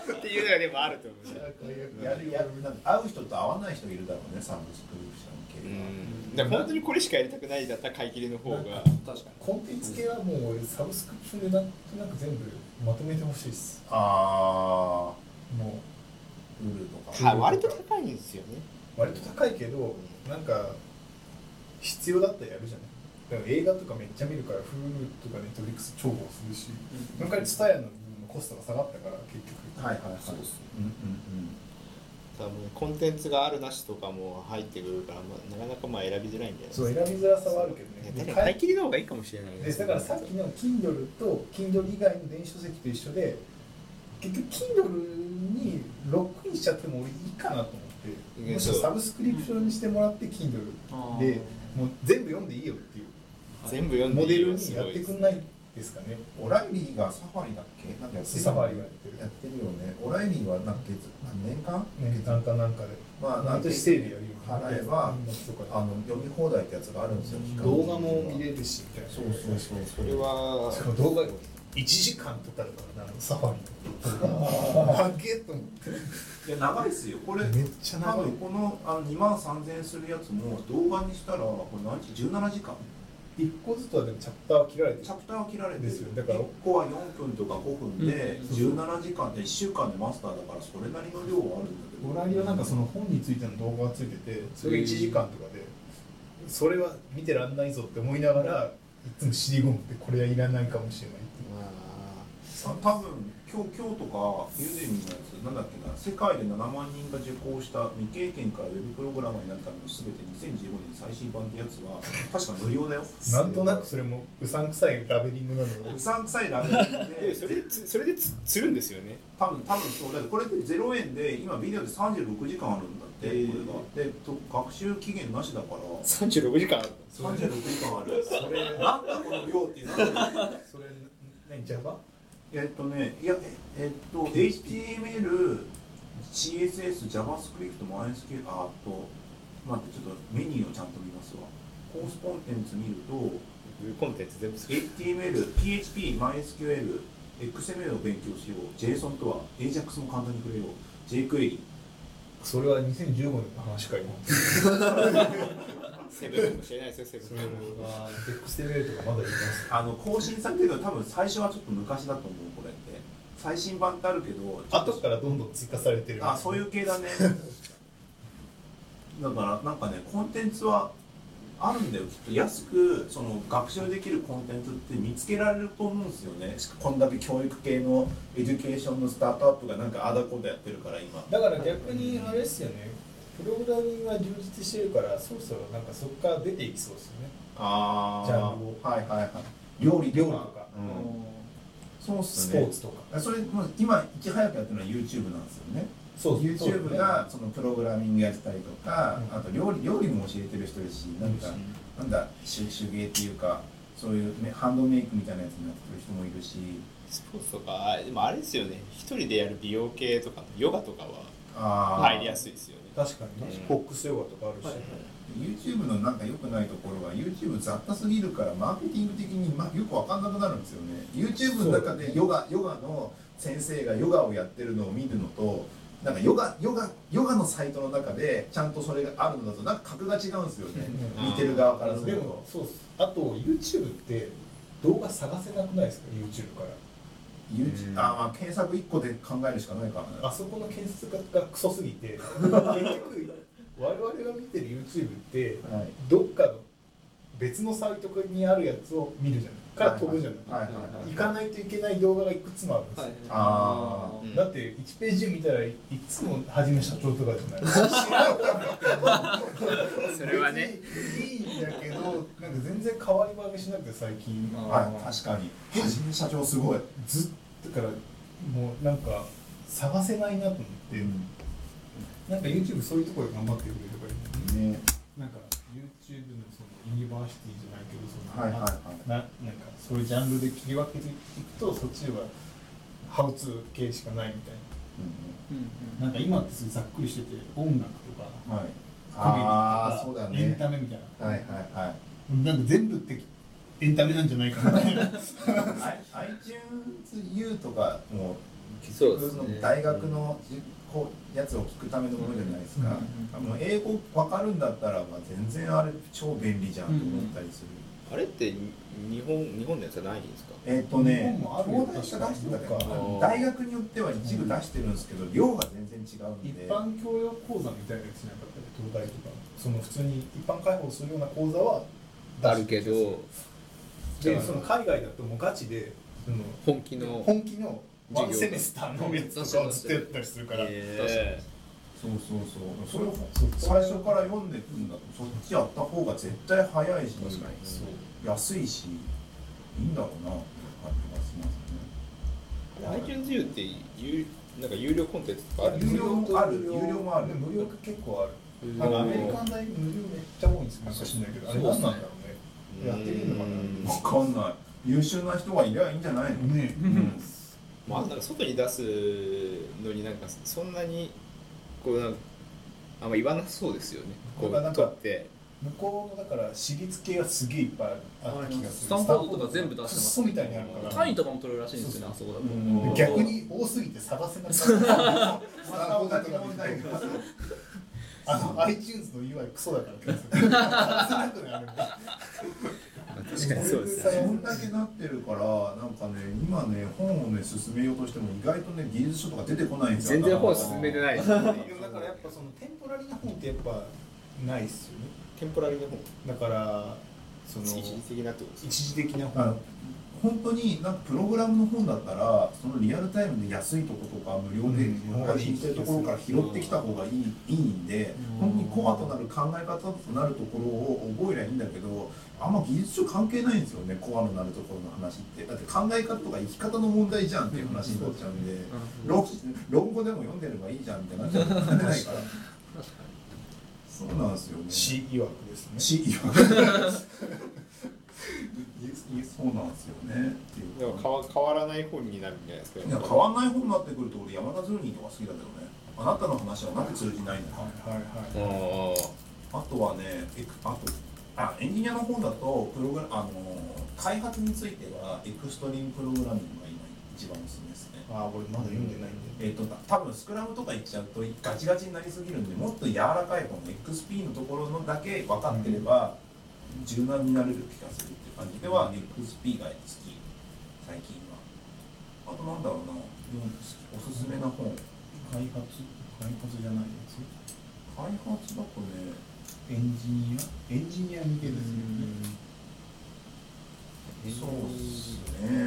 Speaker 2: っていうのがでもあると思う
Speaker 1: やるやるなんか会う人と会わない人いるだろうねサブスクリプション
Speaker 2: う
Speaker 1: 系は、
Speaker 2: んで本当にこれしかやりたくないだったら買い切りの方が
Speaker 3: 確かに
Speaker 4: コンテンツ系はもうサブスクリプションでなんとなく全部まとめてほしいです
Speaker 1: ああ
Speaker 4: も
Speaker 1: ルールとか
Speaker 2: は割と高いんですよね
Speaker 4: う割と高いけどなんか必要だったらやるじゃないだから映画とかめっちゃ見るから Hulu とか Netflix 重宝するしなんか TSUTAYA の部分のコストが下がったから結局
Speaker 1: はいはいはい
Speaker 2: そうですね
Speaker 1: うんうんうん
Speaker 2: 多分コンテンツがあるなしとかも入ってくるから、まあ、なかなかまあ選びづらいんじゃないです
Speaker 4: そ
Speaker 2: か
Speaker 4: う選びづらさはある
Speaker 2: い
Speaker 4: けど
Speaker 2: や
Speaker 4: ね
Speaker 2: だ
Speaker 4: で
Speaker 2: から買
Speaker 4: 買
Speaker 2: い
Speaker 4: い
Speaker 2: 切りの方がいいかもしれない
Speaker 4: でだからさっきの Kindle と Kindle 以外の電子書籍と一緒で結局 Kindle にロックインしちゃっても俺いいかなと思ってむしろサブスクリプションにしてもらって Kindle でもう全部読んでいいよっていう
Speaker 2: 全部読んで
Speaker 4: モデ
Speaker 2: いい
Speaker 4: ル
Speaker 2: よ
Speaker 4: に
Speaker 2: す
Speaker 4: や
Speaker 2: ご
Speaker 4: っ
Speaker 2: い
Speaker 4: て
Speaker 2: です
Speaker 4: くんないですかね
Speaker 1: オライリーがサファリだっけなんかやってる
Speaker 4: サファリはやってる
Speaker 1: やってるよねオライリーはなんか月何年間
Speaker 4: 年間かなんかで
Speaker 1: まあ
Speaker 4: 毎年整理やるよ
Speaker 1: 払えばあ
Speaker 4: あ
Speaker 1: の読み放題ってやつがあるんですよ期間
Speaker 4: の動画も見れるしみたいな
Speaker 1: そうそうそう
Speaker 2: それは
Speaker 4: しかも動画1時間とかだからなサファリあげと思って
Speaker 1: いや長いですよこれ
Speaker 4: めっちゃ
Speaker 1: 多
Speaker 4: 長い
Speaker 1: 分このあの2万3000円するやつも動画にしたらこれ何時17時間
Speaker 4: 一個ずつはでもチャプターは切られて
Speaker 1: チャプターを切られてる
Speaker 4: ですよだから
Speaker 1: 1個は4分とか5分で17時間で1週間でマスターだからそれなりの量はあるんだけど
Speaker 4: オラリはなんかその本についての動画がついててそれが1時間とかでそれは見てらんないぞって思いながらいつも尻込むってこれはいらないかもしれないって
Speaker 2: ま
Speaker 1: あ多分今日今日とかユーデミーのやつなんだっけな世界で7万人が受講した未経験からウェブプログラマーになるための全て2015年最新版ってやつは確か無料だよ
Speaker 4: なんとなくそれもうさんくさいラベリングなの
Speaker 1: う
Speaker 4: が
Speaker 1: さんくさいラベル
Speaker 2: あで
Speaker 1: で
Speaker 2: それでつそれでつ釣るんですよね
Speaker 1: 多分多分そうだってこれで0円で今ビデオで36時間あるんだって、これがでと学習期限なしだから
Speaker 2: 36時間
Speaker 1: 36時間あるなんだこの量っていうの
Speaker 4: それ何 Java?
Speaker 1: えっとねいやええっと HTML CSS JavaScript マイスケあーっと待ってちょっとメニューをちゃんと見ますわコースコンテンツ見ると
Speaker 2: コンテンツ全部釣る
Speaker 1: HTML、PHP、MySQL、XML を勉強しよう、JSON とは AJAX も簡単に触れよう、JQuery、
Speaker 4: それは2015年の話か今
Speaker 2: セブンかもしれないですよセ
Speaker 4: そ
Speaker 2: ブ
Speaker 4: れ
Speaker 2: ン
Speaker 4: は XML とかまだいます
Speaker 1: あの更新されてるのは多分最初はちょっと昔だと思う、これって。最新版ってあるけど、
Speaker 4: 後からどんどん追加されてる
Speaker 1: あそういう系だ (laughs) ね。だから、なんかね、コンテンツはあるんだよ、きっと。安くその学習できるコンテンツって見つけられると思うんですよね。しかこんだけ教育系のエデュケーションのスタートアップがなんかあだこうだやってるから、今。
Speaker 4: だから逆にあれですよねプログラミングが充実してるからそろそろなんかそこから出ていきそうですよね
Speaker 1: あー
Speaker 4: ジャンルを
Speaker 1: はいはいはい料理
Speaker 4: 料理とか、
Speaker 1: うんそうっ
Speaker 4: ス
Speaker 1: す
Speaker 4: ポ
Speaker 1: ね
Speaker 4: ーツとか
Speaker 1: あそれ、まあ、今いち早くやってるのは YouTube なんですよね
Speaker 4: そう
Speaker 1: YouTube がそのプログラミングやってたりとか、
Speaker 4: うん
Speaker 1: あと料理料理も教えてる人ですしなんか、なんだ手手芸っていうかそういう、ね、ハンドメイクみたいなやつになってる人もいるし
Speaker 2: スポーツとかあでもあれですよね一人でやる美容系とかヨガとかは
Speaker 1: あー
Speaker 2: 入りやすいですよね
Speaker 4: 確かにね、
Speaker 2: うん
Speaker 4: ボックスヨガとかあるし、
Speaker 1: YouTube のなんか良くないところは YouTube 雑多すぎるからマーケティング的に、ま、よく分かんなくなるんですよね YouTube の中でヨガヨガの先生がヨガをやってるのを見るのとなんかヨガヨガヨガのサイトの中でちゃんとそれがあるのだとなんか格が違うんですよね
Speaker 4: うん
Speaker 1: 見てる側からす
Speaker 4: で
Speaker 1: る
Speaker 4: も
Speaker 1: と
Speaker 4: そうっすあと YouTube って動画探せなくないですか YouTube から
Speaker 1: YouTube あまあ検索1個で考えるしかないから
Speaker 4: あ
Speaker 1: ね
Speaker 4: そこの検索がクソすぎて結局我々が見てる YouTube って
Speaker 1: はい
Speaker 4: どっかの別のサイトにあるやつを見るじゃないから飛ぶじゃない、
Speaker 1: はいはいはい
Speaker 4: 行かないといけない動画がいくつもあるんですよ、
Speaker 1: あー
Speaker 2: うん
Speaker 4: だって1ページ見たらいつもはじめ社長とか
Speaker 2: (laughs)
Speaker 4: じゃない
Speaker 2: それはね
Speaker 4: いいんだけどなんか全然変わり映えしなくて最近
Speaker 1: はい確かにはじめ社長すごい、
Speaker 4: ずっとだからもうなんか探せないなと思って、なんか YouTube そういうところで頑張ってくれればいいのに
Speaker 1: ね
Speaker 4: なんか YouTube のそのユニバーシティじゃないけどその、
Speaker 1: はいはいはい
Speaker 4: ななんかそういうジャンルで切り分けていくとそっちはハウツー系しかないみたいななんか今ってすごいざっくりしてて音楽とか
Speaker 1: はいああ
Speaker 4: コ
Speaker 1: そう
Speaker 4: メ
Speaker 1: だ
Speaker 4: ディとかエン
Speaker 1: ね
Speaker 4: タメみたいな、
Speaker 1: はいはいはい
Speaker 4: なんか全部ってエンタメなんじゃないかな
Speaker 1: I- iTunesU とかも結
Speaker 2: そう
Speaker 1: 局
Speaker 2: ですね
Speaker 1: その大学のじこうやつを聞くためのものじゃないですか、もう英語わかるんだったら、まあ、全然あれ超便利じゃんと思ったりする、
Speaker 2: あれってに日本日本のやつはないんですか
Speaker 1: えっ、と
Speaker 4: 日本
Speaker 1: ね
Speaker 4: もあるよ
Speaker 1: 東大が出してた
Speaker 4: 確
Speaker 1: け
Speaker 4: か
Speaker 1: ど大学によっては一部出してるんですけど、量が全然違うん
Speaker 4: 一
Speaker 1: で
Speaker 4: 般教養講座みたいなやつじゃなかったり東大とかその普通に一般開放するような講座は
Speaker 2: あるけど
Speaker 4: でその海外だともうガチでその
Speaker 2: 本気の
Speaker 4: 本気のワンセメスターのやつとかをずっとやったりするから、
Speaker 2: え
Speaker 1: そうそうそうそれを
Speaker 4: そう
Speaker 1: 最初から読んでくんだとそっちやった方が絶対早いし
Speaker 2: 確かに
Speaker 4: そう
Speaker 1: 安いしいいんだろうなって感じがしますね
Speaker 2: iTunesU って有なんか有料コンテンツとかあるんです
Speaker 1: 有料もある有料もある
Speaker 4: で無料が結構ある
Speaker 2: ん
Speaker 4: なんかアメリカン大無料めっちゃ多いんですよなんか知んないけどあれ何なんだろうねやってみるのか
Speaker 1: わかんない優秀な人がいりゃいいんじゃないの
Speaker 4: なね
Speaker 1: うん
Speaker 2: まあ、なんか外に出すのになんかそんなにこうなんかあんま言わなそうですよねこ
Speaker 4: なんかな
Speaker 2: うん
Speaker 4: か
Speaker 2: 取って
Speaker 4: 向こうのだから私立系はすげえいっぱいある気がする
Speaker 3: スタンフォードとか全部出して
Speaker 4: く
Speaker 3: ま
Speaker 4: っ
Speaker 3: す
Speaker 4: そみたいにあるから
Speaker 3: 単位とかも取れるらしいんですよねあそこだと
Speaker 4: 逆に多すぎて探せな
Speaker 3: (laughs)
Speaker 4: かった。
Speaker 1: また同じ問題が
Speaker 4: あの iTunes の UI クソだからっ
Speaker 3: (laughs)
Speaker 4: てやつ。探せなくなるんだ
Speaker 2: 確かにそうです
Speaker 1: そんだけなってるからなんかね今ね本をね進めようとしても意外とね技術書とか出てこないんですよ
Speaker 2: 全然本進めてないですよね
Speaker 4: だからやっぱそのテンポラリーな本ってやっぱないっすよね。
Speaker 2: (laughs) テンポラリーの本
Speaker 4: だからその
Speaker 2: 一時的なってことですね
Speaker 4: 一時的な
Speaker 1: あ
Speaker 4: 本
Speaker 1: の。本当になんかプログラムの本だったらそのリアルタイムで安いとことか無料で
Speaker 4: うん
Speaker 1: 配信してるところから拾ってきた方がいい,、ん、いいんで本当にコアとなる考え方となるところを覚えりゃいいんだけどあんま技術書関係ないんですよねコアのなるところの話ってだって考え方とか生き方の問題じゃんっていう話になっちゃうんで、論論語でも読んでればいいじゃんみたいになっちゃうから (laughs) そうなんですよね
Speaker 4: 詩曰くですね。
Speaker 1: しそうなんですよねっていう
Speaker 2: でも変わ変わらない本になるんじゃないですか
Speaker 1: いや変わんない方になってくると俺山田ズーニーとか好きだけどねあなたの話はなんで通じないのか
Speaker 4: はいはいはい。
Speaker 2: あ
Speaker 1: あとはねエクあとあエンジニアの方だとプログラあの開発についてはエクストリームプログラミングが今一番おすすめですね
Speaker 4: ああ俺まだ読んでないんで。
Speaker 1: えっと多分スクラムとか行っちゃうとガチガチになりすぎるんでもっと柔らかい方の XP のところのだけ分かってれば柔軟になれる気がするっていう感じでは XP が好き最近はあとなんだろうなおすすめな本
Speaker 4: 開発開発じゃないやつ。
Speaker 1: 開発だとね
Speaker 4: エンジニアエンジニア向けです
Speaker 1: そ
Speaker 4: よね。
Speaker 1: うっすねエ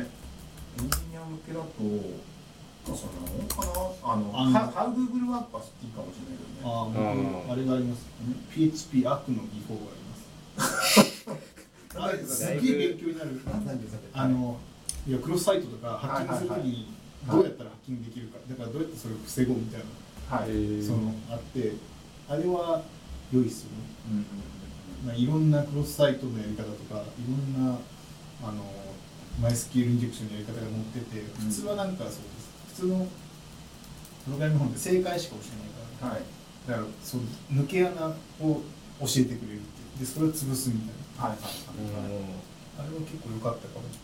Speaker 1: ンジニア向けだとまあそんなもんかなあの
Speaker 4: あの
Speaker 1: ハハウグーグルワークは好きかもしれないけどね
Speaker 4: あ
Speaker 2: うん
Speaker 4: あ、あれがあります。PHP 悪の技法が (laughs) あります。あれすげえ勉強になる。あの、いや、クロスサイトとかハッキングするときに、
Speaker 1: はい
Speaker 4: ど
Speaker 1: はいう
Speaker 4: やったらハッキングできるか、だからどうやってそれを防ごうみたいな、
Speaker 1: はい、うんうん
Speaker 4: そのあって、あれは良いっすよね。
Speaker 1: うん
Speaker 4: まあ、いろんなクロスサイトのやり方とか、いろんな、あの、マイスキルインジェクションのやり方が載ってて、普通はなんかそうです。普通のプログラミングの方で正解しか教えないから。
Speaker 1: うんはい
Speaker 4: だからその抜け穴を教えてくれるっていうでそれを潰すみたい
Speaker 1: はいはいはいはい
Speaker 4: なあれは結構良かったかも
Speaker 1: で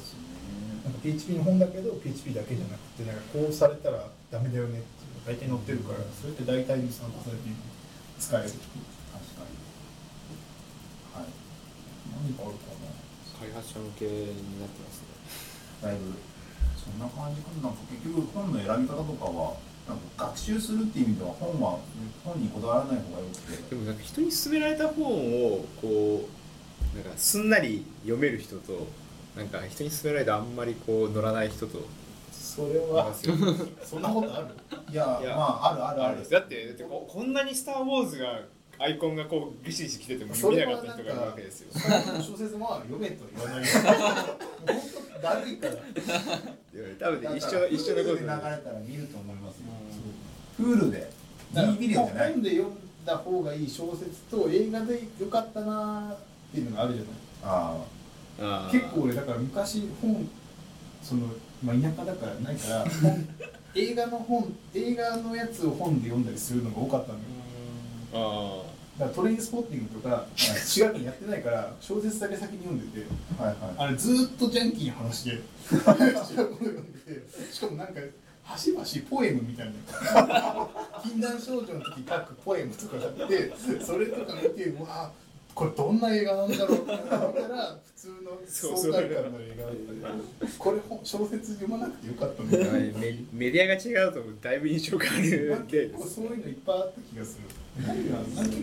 Speaker 1: すね
Speaker 4: なんか PHP の本だけど PHP だけじゃなくてなんかこうされたらダメだよねっていうのが大体載ってるからそれって大体に参加されている使える
Speaker 1: 確かにはい何があるか
Speaker 2: 開発者向けになってますね
Speaker 1: なだいぶそんな感じかななんか結局本の選び方とかはなんか学習するっていう意味では本は本にこだわらない方がよくて
Speaker 2: でもなんか人に勧められた本をこうなんかすんなり読める人となんか人に勧められたあんまりこう乗らない人と
Speaker 4: それ
Speaker 2: いま
Speaker 4: は
Speaker 2: すよ
Speaker 4: そんなことある
Speaker 1: いや
Speaker 2: いや
Speaker 1: まああるあるあ
Speaker 2: あ
Speaker 1: る
Speaker 2: れだってだってここんなに「スター・ウォーズ」がアイコンがこうギシギシ来てても
Speaker 4: そ
Speaker 2: 見
Speaker 4: れ
Speaker 2: な
Speaker 4: は
Speaker 2: か
Speaker 4: な
Speaker 2: っ
Speaker 4: んか
Speaker 2: た人がいるわけですよ
Speaker 4: 小説も読めとは言わないよ本当だるいから
Speaker 2: いや多分ね一緒一緒
Speaker 1: で流れ
Speaker 2: のことだ
Speaker 1: た
Speaker 2: よね
Speaker 1: ら見ると思いますよフールで D ビデオじゃない
Speaker 4: 本で読んだ方がいい小説と映画で良かったなーっていうのがあるじゃな
Speaker 1: あ
Speaker 2: あ
Speaker 4: い
Speaker 2: ー
Speaker 4: 結構俺だから昔本その、まあ、田舎だからないから本
Speaker 6: 映画の本映画のやつを本で読んだりするのが多かったのよ
Speaker 2: あ
Speaker 6: だからトレインスポッティングとか滋賀県やってないから小説だけ先に読んでて
Speaker 1: はいは
Speaker 6: あれずーっとジャンキーの話で (laughs) しかもなんか端々ポエムみたいな禁断症状の時書くポエムとかがあってそれとか見てうわあこれどんな映画なんだろうって思ったら普通の爽快感の映画だったりこれ本小説読まなくてよかったんだ
Speaker 2: あメメディアが違うとだいぶ印象変わる例
Speaker 6: 結
Speaker 2: で
Speaker 6: 構
Speaker 2: す
Speaker 6: そういうのいっぱいあった気がする。結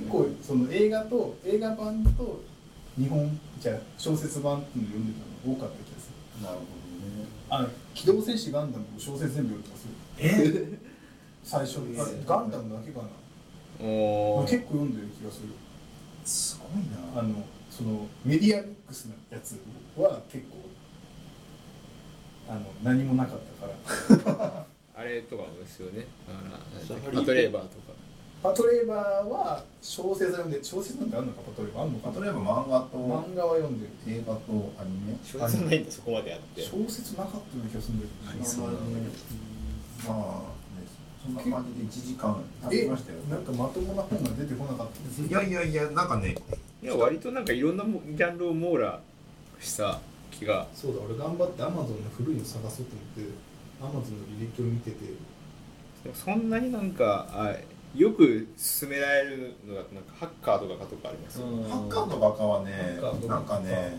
Speaker 6: 構その映画と映画版と日本じゃあ小説版っていうのを読んでたのが多かった気がする。
Speaker 1: いなるほどね
Speaker 6: あの機動戦士ガンダムを小説全部読んでたする。 (laughs) 最初のガンダムだけかな。
Speaker 2: おー
Speaker 6: 結構読んでる気がする。
Speaker 1: すごい
Speaker 6: あ
Speaker 1: な
Speaker 6: のそのメディアミックスなやつは結構あの何もなかったから。 (laughs)
Speaker 2: あれとかもですよね
Speaker 3: ジャ
Speaker 2: あの
Speaker 3: パニー
Speaker 2: パトレーバーとか
Speaker 6: パトレーバーは小説は読んで小説なんてあるのかパトレーバーあるのか
Speaker 1: あと例えば漫画と
Speaker 6: 漫画は読んでる。
Speaker 1: 映画とアニメ
Speaker 2: 小説はないんだそこまでやって
Speaker 6: 小説なかったような気がするんだけど
Speaker 1: そ
Speaker 6: な
Speaker 1: うまあねそんな感じで1時間経ちましたよ
Speaker 6: えなんかまともな本が出てこなかったです
Speaker 1: いやいやいやなんかね
Speaker 2: いや割となんかいろんなもジャンルを網羅した気が
Speaker 4: そうだ俺頑張ってアマゾンの古いの探そうと思ってアマゾンの履歴を見てて
Speaker 2: でもそんなになんかあよく勧められるのだとなんかハッカーとかかとかありますよ、
Speaker 1: ハッカーとバカはね
Speaker 4: ハッカーとバ
Speaker 1: なん
Speaker 4: カ
Speaker 1: かね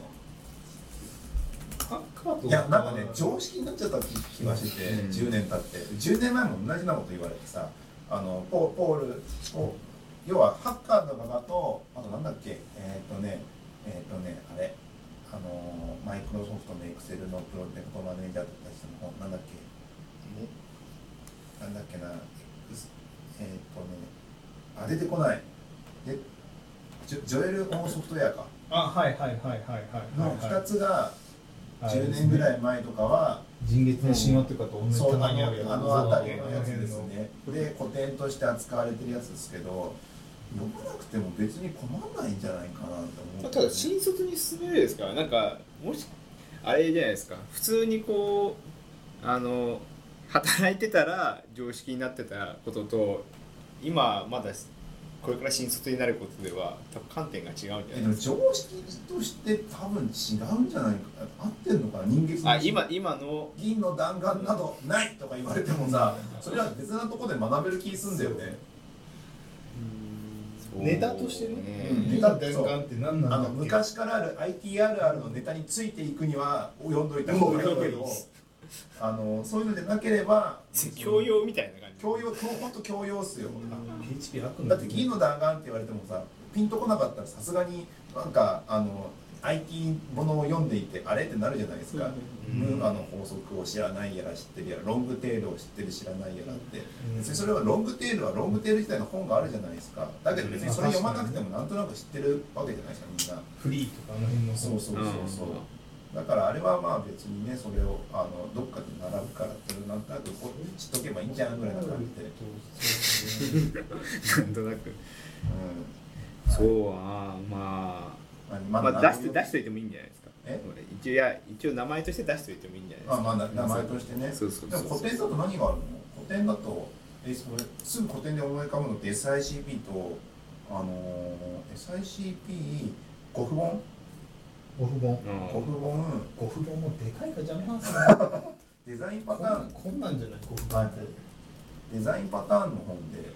Speaker 4: ハッカーと
Speaker 1: いやなんかね常識になっちゃった気がしてて、
Speaker 2: うん
Speaker 1: 10年経って10年前も同じなこと言われてさあのポポールポ要はハッカーとかだとあとなんだっけえーっ、とねえーっ、とねあれあのマイクロソフトのエクセルのプロジェクトマネージャーとかしての本なんだっけなんだっけな X えーっ、とねあ出てこないでジョジョエル・オンソフトウェアか
Speaker 4: あはいはいはいはい
Speaker 1: の
Speaker 4: はい
Speaker 1: 2つが
Speaker 4: はい
Speaker 1: 10年ぐらい前とかは、
Speaker 4: 人月の神話とかと同じ
Speaker 1: そうあ
Speaker 4: 棚にあるやつ
Speaker 1: のあの辺りのやつですねで古典として扱われてるやつですけど読まなくても別に困んないんじゃないかなって思
Speaker 2: ま
Speaker 1: う
Speaker 2: あただ新卒に勧めるですからなんかもしあれじゃないですか普通にこうあの働いてたら常識になってたことと今まだこれから新卒になることでは多分観点が違うんじゃない
Speaker 1: え
Speaker 2: です
Speaker 1: で
Speaker 2: か
Speaker 1: も常識として多分違うんじゃないか合ってんのかな人間
Speaker 2: あ今今の
Speaker 1: 銀の弾丸などないとか言われてもさそれは別なとこで学べる気すんだよね
Speaker 6: ネタとしてね
Speaker 1: うん
Speaker 6: 出た転換って何な
Speaker 1: あ
Speaker 6: んだ
Speaker 1: の
Speaker 6: っけ
Speaker 1: 昔からある IT あるあるのネタについていくには読んどいた方がいいけどあのそういうのでなければ
Speaker 2: 教養みたいな感じ
Speaker 1: 教養本当教養っすよ
Speaker 4: PHP 悪
Speaker 1: だって銀の弾丸って言われてもさピンとこなかったらさすがになんかあの IT ものを読んでいてあれってなるじゃないですか、
Speaker 2: うん
Speaker 1: ムーアの法則を知らないやら知ってるやらロングテールを知ってる知らないやらって、
Speaker 4: うん
Speaker 1: 別にそれはロングテールはロングテール自体の本があるじゃないですかだけど別にそれ読まなくてもなんとなく知ってるわけじゃないですかみんな
Speaker 4: フリーとかあの辺の
Speaker 1: そうそうそうそう、だからあれはまあ別にねそれをあのどっかで並ぶからってなんとなくこう知っとけばいいんじゃんぐらいな感じで、うん、
Speaker 2: なんとなくそうはま
Speaker 1: まだ
Speaker 2: あ、まあ、出して出しておいてもいいんじゃないですか
Speaker 1: え
Speaker 2: 一応いや一応名前として出しておいてもいいんじゃないです
Speaker 1: まあ
Speaker 2: か
Speaker 1: まあな名前としてね
Speaker 2: そうそう
Speaker 1: で
Speaker 2: そう
Speaker 1: も古典だと何があるの古典だとえそれすぐ古典で思い浮かぶのって SICP とあのー SICP 古父本
Speaker 4: オフ本
Speaker 1: 古父本
Speaker 4: ゴフ本もでかいから邪魔なん
Speaker 1: (laughs)
Speaker 4: すよ
Speaker 1: デザインパ
Speaker 4: こん
Speaker 1: タ
Speaker 4: な
Speaker 1: ー
Speaker 4: ん
Speaker 1: ン
Speaker 4: こんなんじゃないゴフ本って
Speaker 1: デザインパターンの本で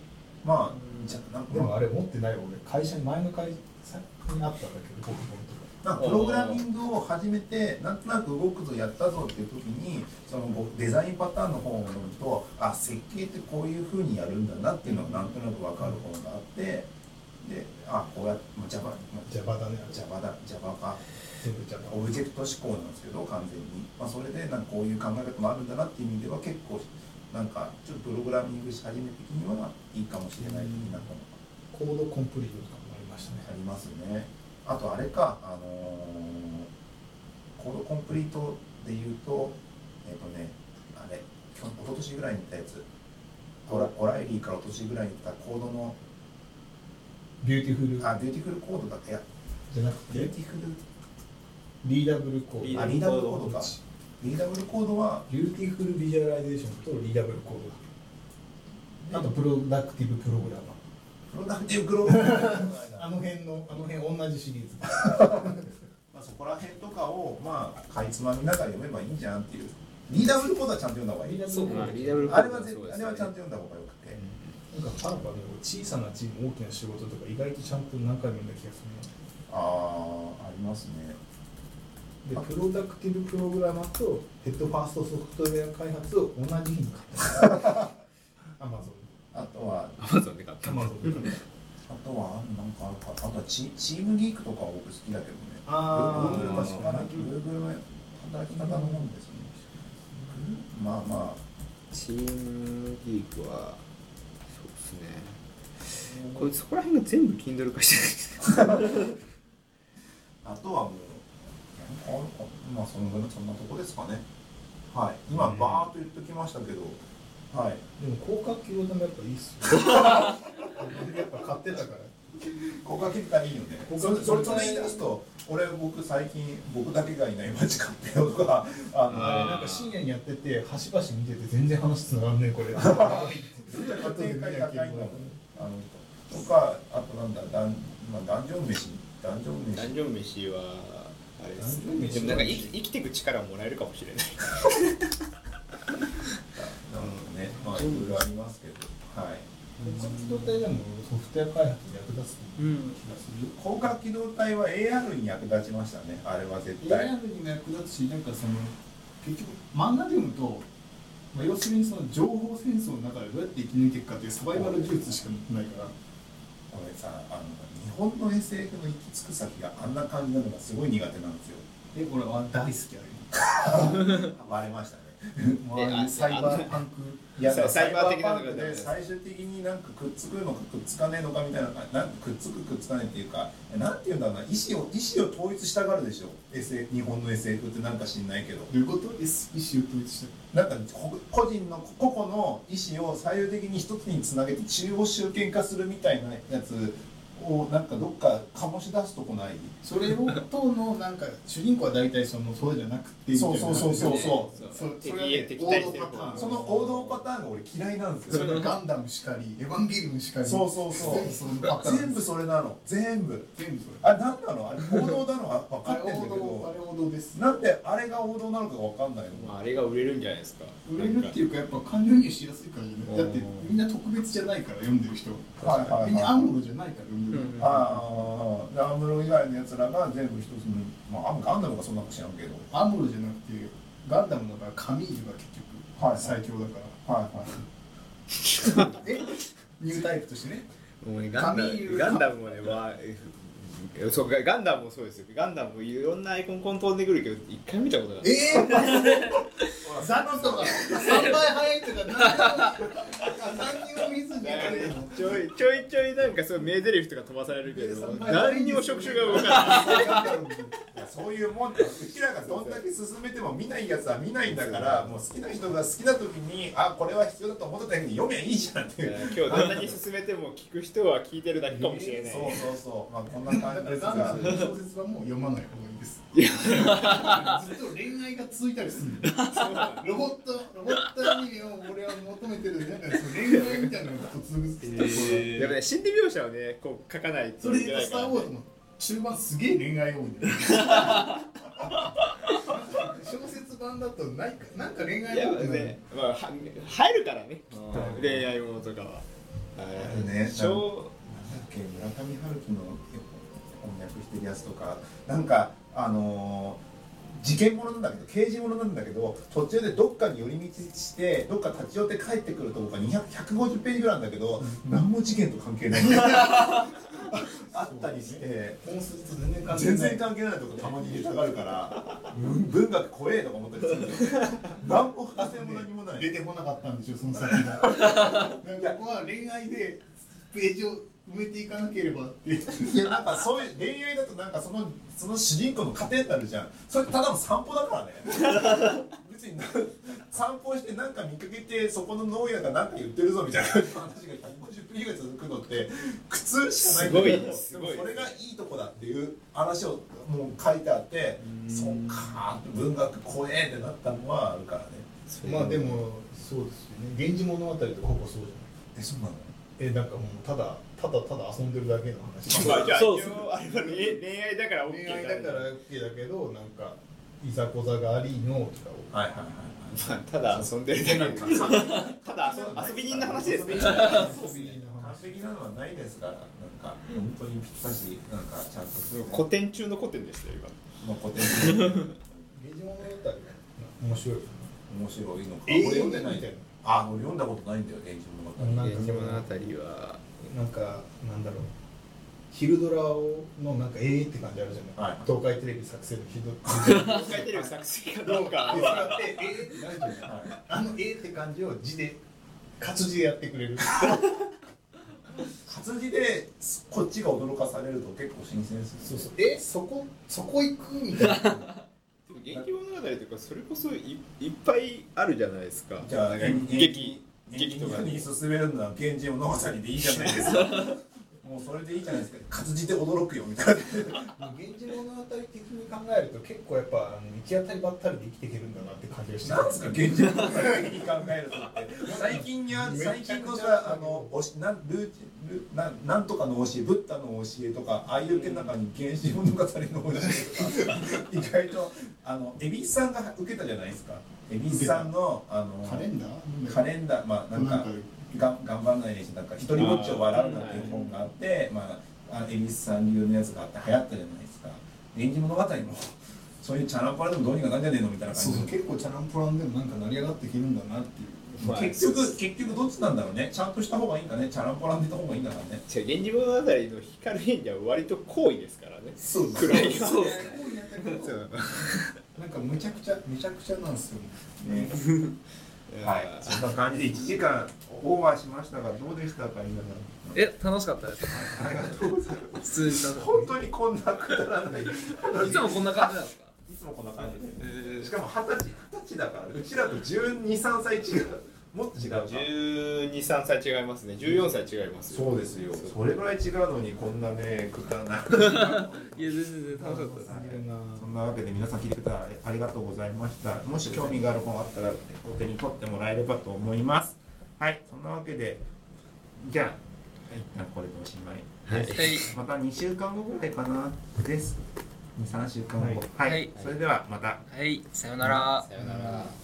Speaker 1: まあじゃなん
Speaker 4: でもあ
Speaker 1: か
Speaker 4: れ持ってない俺会社に前の会社にあったんだけどゴフ本とか
Speaker 1: なんかプログラミングを始めてなんとなく動くぞやったぞっていう時にそのごデザインパターンの本を読むとあ設計ってこういうふうにやるんだなっていうのがなんとなく分かる本があってであこうやってまあ Java まあ
Speaker 4: Java だねあれ
Speaker 1: Java だ Java か
Speaker 4: 全部 Java
Speaker 1: オブジェクト思考なんですけど完全に、まあ、それでなんかこういう考え方もあるんだなっていう意味では結構なんかちょっとプログラミングし始め的にはいいかもしれない的なことが
Speaker 4: コードコンプリートとかもありましたね
Speaker 1: ありますねあとあれかあのーコードコンプリートで言うとえっ、とねあれ去一昨年ぐらいに言ったやつオラオライリーから一昨年ぐらいに言ったコードの
Speaker 4: ビューティフル
Speaker 1: あビューティフルコードだいや
Speaker 4: じゃなく
Speaker 1: ビュー
Speaker 4: て
Speaker 1: ティフル
Speaker 4: リーダブルコード
Speaker 1: あリーダブルコードかリーダブルコードは
Speaker 4: ビューティフルビジュアライゼーションとリーダブルコードだあとプロダクティブプログラマー
Speaker 1: プロダクティブクローバ
Speaker 2: (laughs)
Speaker 6: あの辺のあの辺同じシリーズ
Speaker 1: まあそこら辺とかをまあかいつまみながら読めばいいんじゃんっていうリーダブルコードはちゃんと読んだ方がいい
Speaker 2: そうまあリーダブルコ
Speaker 1: あ
Speaker 2: ー
Speaker 1: れ
Speaker 2: ド
Speaker 1: はぜ
Speaker 2: そうで
Speaker 1: あ
Speaker 2: す
Speaker 1: れ
Speaker 2: よ
Speaker 1: は
Speaker 2: ね
Speaker 1: ちゃんと読んだ方がよくて
Speaker 4: なんかパラパラで小さなチーム大きな仕事とか意外とちゃんと何回も読んだ気がする
Speaker 1: ああありますね
Speaker 4: なでプロダクティブプログラマーとヘッドファーストソフトウェア開発を同じ日に買 (laughs) ったアマゾン
Speaker 1: あとは
Speaker 2: アマゾンで買った
Speaker 4: アマゾンで買った
Speaker 1: あとはなんかあるかあとはチチームギークとかは僕好きだけどね
Speaker 4: あー
Speaker 1: Google は知らない
Speaker 4: 確かに
Speaker 1: Google の働き方の本ですねまあま
Speaker 2: チームギークはそうですねこれそこら辺が全部 Kindle 化してないですか
Speaker 1: ああとはもうなんかあるかまあそのぐらいそんなとこですかねはい今バーっと言っときましたけどはい
Speaker 4: でも広角機動でもやっぱいいっ (laughs) すよやっぱ買ってたから
Speaker 1: ここが結果いいよねそれそれそれ言い出すと俺僕最近僕だけがいない街買ってよとかあの
Speaker 4: あれなんか深夜にやってて端々見てて全然話つながんねえこ (laughs) れ
Speaker 1: 家庭会高いんだもんあのとかあとなんだダン、まあ、ダンジョン飯ダンジョン
Speaker 2: ダン
Speaker 1: 飯
Speaker 2: ジョン飯はあれです
Speaker 4: ダンジョン
Speaker 2: ね
Speaker 4: 飯
Speaker 2: でもなんか生き生きていく力をもらえるかもしれない (laughs)
Speaker 1: なんかねまあいろいろありますけどはい
Speaker 4: 広角機動隊でもソフトウェア開発に役立つ
Speaker 2: うん
Speaker 1: 高架機動隊は AR に役立ちましたねあれは絶対
Speaker 6: AR にも役立つしなんかその結局漫画で読むと、まあ、要するにその情報戦争の中でどうやって生き抜いていくかっていうサバイバル技術しかないから
Speaker 1: 俺さあの日本の SF の行き着く先があんな感じなのがすごい苦手なんですよ
Speaker 6: で俺は大好き
Speaker 1: バレましたね
Speaker 6: あれ、
Speaker 2: (laughs) え
Speaker 6: ま
Speaker 2: あ
Speaker 6: あ、サイバーパンク
Speaker 1: いや
Speaker 2: サイ
Speaker 1: サ
Speaker 2: サ
Speaker 1: イ
Speaker 2: イ
Speaker 1: バ
Speaker 2: バ
Speaker 1: ー
Speaker 2: ー
Speaker 1: 的
Speaker 2: 的
Speaker 1: なの
Speaker 2: なの
Speaker 1: が
Speaker 2: が
Speaker 1: で最終的になんかくっつくのかくっつかねえのかみたいななんかくっつくくっつかねえっていうかなんていうんだろうな意思を意思を統一したがるでしょ SF 日本の SF ってなんか知んないけど
Speaker 6: どういうことです意思を統一して
Speaker 1: なんかこ個人の個々の意思を最終的に一つにつなげて中央集権化するみたいなやつをなんかどっか醸し出すとこない
Speaker 6: それを当のなんか主人公は大体そのそうじゃなくてみたいな
Speaker 1: そうそうそうそう
Speaker 6: そ
Speaker 2: 敵
Speaker 6: それはね
Speaker 2: 敵
Speaker 6: 王
Speaker 2: 対
Speaker 6: 道
Speaker 2: してる
Speaker 6: パターン
Speaker 1: その王道パターンが俺嫌いなんです
Speaker 6: そ
Speaker 1: よ
Speaker 6: れがガンダムしかりエヴァンゲリオンしかり
Speaker 1: そうそうそう
Speaker 6: 全部そのパターン
Speaker 1: 全部それなの全部
Speaker 6: 全部それ
Speaker 1: あれ何なのあれ王道なのは分か
Speaker 6: あ
Speaker 1: って
Speaker 6: れ
Speaker 1: んだ
Speaker 6: 王道あ
Speaker 1: けど
Speaker 6: れ王道です
Speaker 1: なんであれが王道なのか分かんないの
Speaker 2: まああれが売れるんじゃないですか
Speaker 6: 売れるっていうかやっぱ感情移入しやすいからじゃないだってみんな特別じゃないから読んでる人
Speaker 1: はいはいはい
Speaker 6: みんなアムロじゃないから読んでる、
Speaker 2: うん
Speaker 1: ああアムロ以外のやつらが全部一つの、まあ、アムガンダムがそんなこと知らんけど
Speaker 6: アムロじゃなくてガンダムだからカミーユが結局、
Speaker 1: はい
Speaker 6: 最強だから
Speaker 1: はいはい
Speaker 6: えニュータイプとしてね
Speaker 2: もうねガンダ
Speaker 6: 神
Speaker 2: ムガンダムもね、まあ、えそうかガンダムもそうですよガンダムもいろんなアイコンコン飛んでくるけど一回見たことない
Speaker 6: えー、ザノとか3倍速いとか何にも何にも見ずにやってる
Speaker 2: ちょいちょいちょいなんかそう名台詞とか飛ばされるけど何にも触手が動か
Speaker 6: (laughs)
Speaker 2: ない
Speaker 1: いやそういうもんだうちらがどんだけ進めても見ないやつは見ないんだからもう好きな人が好きな時にあこれは必要だと思ってた時に読めばいいじゃんっていう
Speaker 2: 今日どんだけ進めても聞く人は聞いてるだけかもしれない、 (laughs)
Speaker 1: そうそうそうまあこんな感じです
Speaker 6: ガンダ
Speaker 1: が
Speaker 6: ムの小説はもう読まない方がいいですずっと恋愛が続いたりするのロボットロボットアニメを俺は求めてるなんかその恋愛みたいなのが突然つ
Speaker 2: でもね心理描写をねこう書かない
Speaker 6: そ
Speaker 2: と
Speaker 6: れ
Speaker 2: いけ
Speaker 6: で
Speaker 2: ない
Speaker 6: スター・
Speaker 2: から、
Speaker 6: ウォーズの中盤すげえ恋愛多いんだよ小説版だとないかなんか恋
Speaker 2: い
Speaker 6: 愛
Speaker 2: や
Speaker 6: 多くなる
Speaker 2: ね、まあ、は入るからねきっと恋愛ものとかはあ
Speaker 1: るね
Speaker 2: 小
Speaker 1: なんだっけ村上春樹の翻訳してるやつとかなんかあのー事件ものなんだけど刑事ものなんだけど途中でどっかに寄り道してどっか立ち寄って帰ってくるとこが200 150ページぐらいなんだけど何も事件と関係ないあったりして
Speaker 6: 本筋と全然関係ない
Speaker 1: 全然関係ないとこたまに入れたがるから文文学怖えとか思ったりするんだよ何も派生も何もない
Speaker 6: 出てこなかったんでしょその先がなんかここは恋愛でページを
Speaker 4: 埋めていかなければっていう
Speaker 1: いやなんかそういう恋愛だとなんかそのその主人公の糧になるじゃんそれってただの散歩だ (laughs) からね別にな散歩してなんか見かけてそこの農家がなんか言ってるぞみたいな話が150分以外続くのって苦痛しかないんだけど
Speaker 2: す
Speaker 1: でも
Speaker 2: ごいすごい
Speaker 1: それがいいとこだっていう話をもう書いてあってそうかーって文学怖えってなったのはあるからね
Speaker 4: まあでもそうですよね「源氏物語」とかほぼそうじゃない
Speaker 1: えそうなの
Speaker 4: えなんかもうただただただ遊んでるだけの話
Speaker 2: まあ、じゃあ
Speaker 3: そう
Speaker 2: 一応あれは恋恋愛だから OK
Speaker 4: 恋愛だから OK だけどなんかいざこざがありのとかを
Speaker 1: はいはいはい
Speaker 2: まあただ遊んでるだけ
Speaker 1: はい
Speaker 2: ただ遊遊び人の話ですね
Speaker 4: 遊びの
Speaker 1: 完
Speaker 4: 話
Speaker 1: 璧なのはないですから、なんか本当にぴったし、なんかちゃんとしてね、
Speaker 2: 古典中の古典でしたよ
Speaker 1: ま
Speaker 2: 今
Speaker 1: あ古典的に
Speaker 4: 「源氏物語」が面白いよね
Speaker 1: 面白いのか、
Speaker 4: えー
Speaker 1: 俺読んでないんだよ
Speaker 4: み。
Speaker 1: あ、俺読んだことないんだよ、現地物語。
Speaker 4: なんか
Speaker 2: 源氏
Speaker 4: その
Speaker 2: 物語は
Speaker 4: なんかなんだろう昼ドラをのなんかええって感じあるじゃない、
Speaker 1: はい
Speaker 4: 東海テレビ作成の昼ドラ
Speaker 2: 書いてる作詞かどうか
Speaker 4: 使ってええってなるじゃない
Speaker 1: はい
Speaker 4: あのええって感じを字で活字でやってくれる
Speaker 1: 活字でこっちが驚かされると結構新鮮です
Speaker 4: そ
Speaker 1: よ
Speaker 4: う
Speaker 1: ね
Speaker 4: そうえそこそこ行くみたいな
Speaker 2: でも劇物語とかそれこそいいっぱいあるじゃないですか
Speaker 1: じゃあ、
Speaker 2: なんか劇劇と
Speaker 1: と
Speaker 2: か
Speaker 1: か
Speaker 2: で
Speaker 1: に進めるのは源氏物語でいいじゃないです
Speaker 4: (laughs)
Speaker 1: か。もうそれでいいじゃないですか。活字で驚くよみたいな。
Speaker 4: 「源氏物語」的に考えると結構やっぱあの行き当たりばったりで生きていけるんだなって感じがして
Speaker 1: なんですか現実的に考えるとって最近には最近のさあのおしなんルーチルなんなんとかの教えブッダの教えとかああいう系の中に原始物語の教えとか意外とあの蛭子さんが受けたじゃないですか蛭子さんのあの
Speaker 4: カレンダー
Speaker 1: カレンダーまあなんかが頑張らないでしなんか独りぼっちを笑うなっていう本があってまああ蛭子さん流のやつがあって流行ったじゃないですか源氏物語もそういうチャランパラでもどうにかなんじゃねえのみたいな
Speaker 4: そ
Speaker 1: 感じ
Speaker 4: うそう
Speaker 1: で
Speaker 4: 結構チャランポランでもなんか成り上がっていけるんだなっていう
Speaker 1: 結局結局どっちなんだろうねちゃんとした方がいいんだねチャランポランでいた方がいいんだからね
Speaker 2: じゃあ源氏物語の光源氏は割と好意ですからね
Speaker 4: そう
Speaker 2: 暗いよ
Speaker 3: そう
Speaker 2: (laughs)
Speaker 4: なんかむちゃくちゃむちゃくちゃなんですよ
Speaker 1: ねはいそんな感じで1時間オーバーしましたがどうでしたか皆さ
Speaker 3: え楽しかったです
Speaker 1: んありがとうございま
Speaker 3: 普通に楽し
Speaker 1: す
Speaker 3: か
Speaker 1: 本当にこんなくだらないい
Speaker 3: ったいつもこんな感じなんですか
Speaker 1: つもこんな感じでしかも二十歳二十歳だからうちらと1 2 3歳違うもっと違うか
Speaker 2: 123歳違いますね14歳違います
Speaker 1: そうですよそれぐらい違うのにこんなねくだらない
Speaker 3: いや全然全然楽しかったで
Speaker 1: そんなわけで皆さん聞いてくれたありがとうございました。もし興味がある本あったらお手に取ってもらえればと思います。はい、そんなわけで、じゃあ、一旦これでおしまい。
Speaker 3: すはい
Speaker 1: また2週間後ぐらいかなです。2、3週間後。はい、
Speaker 3: はい
Speaker 1: それではまた。
Speaker 3: はいさよなら
Speaker 2: さよなら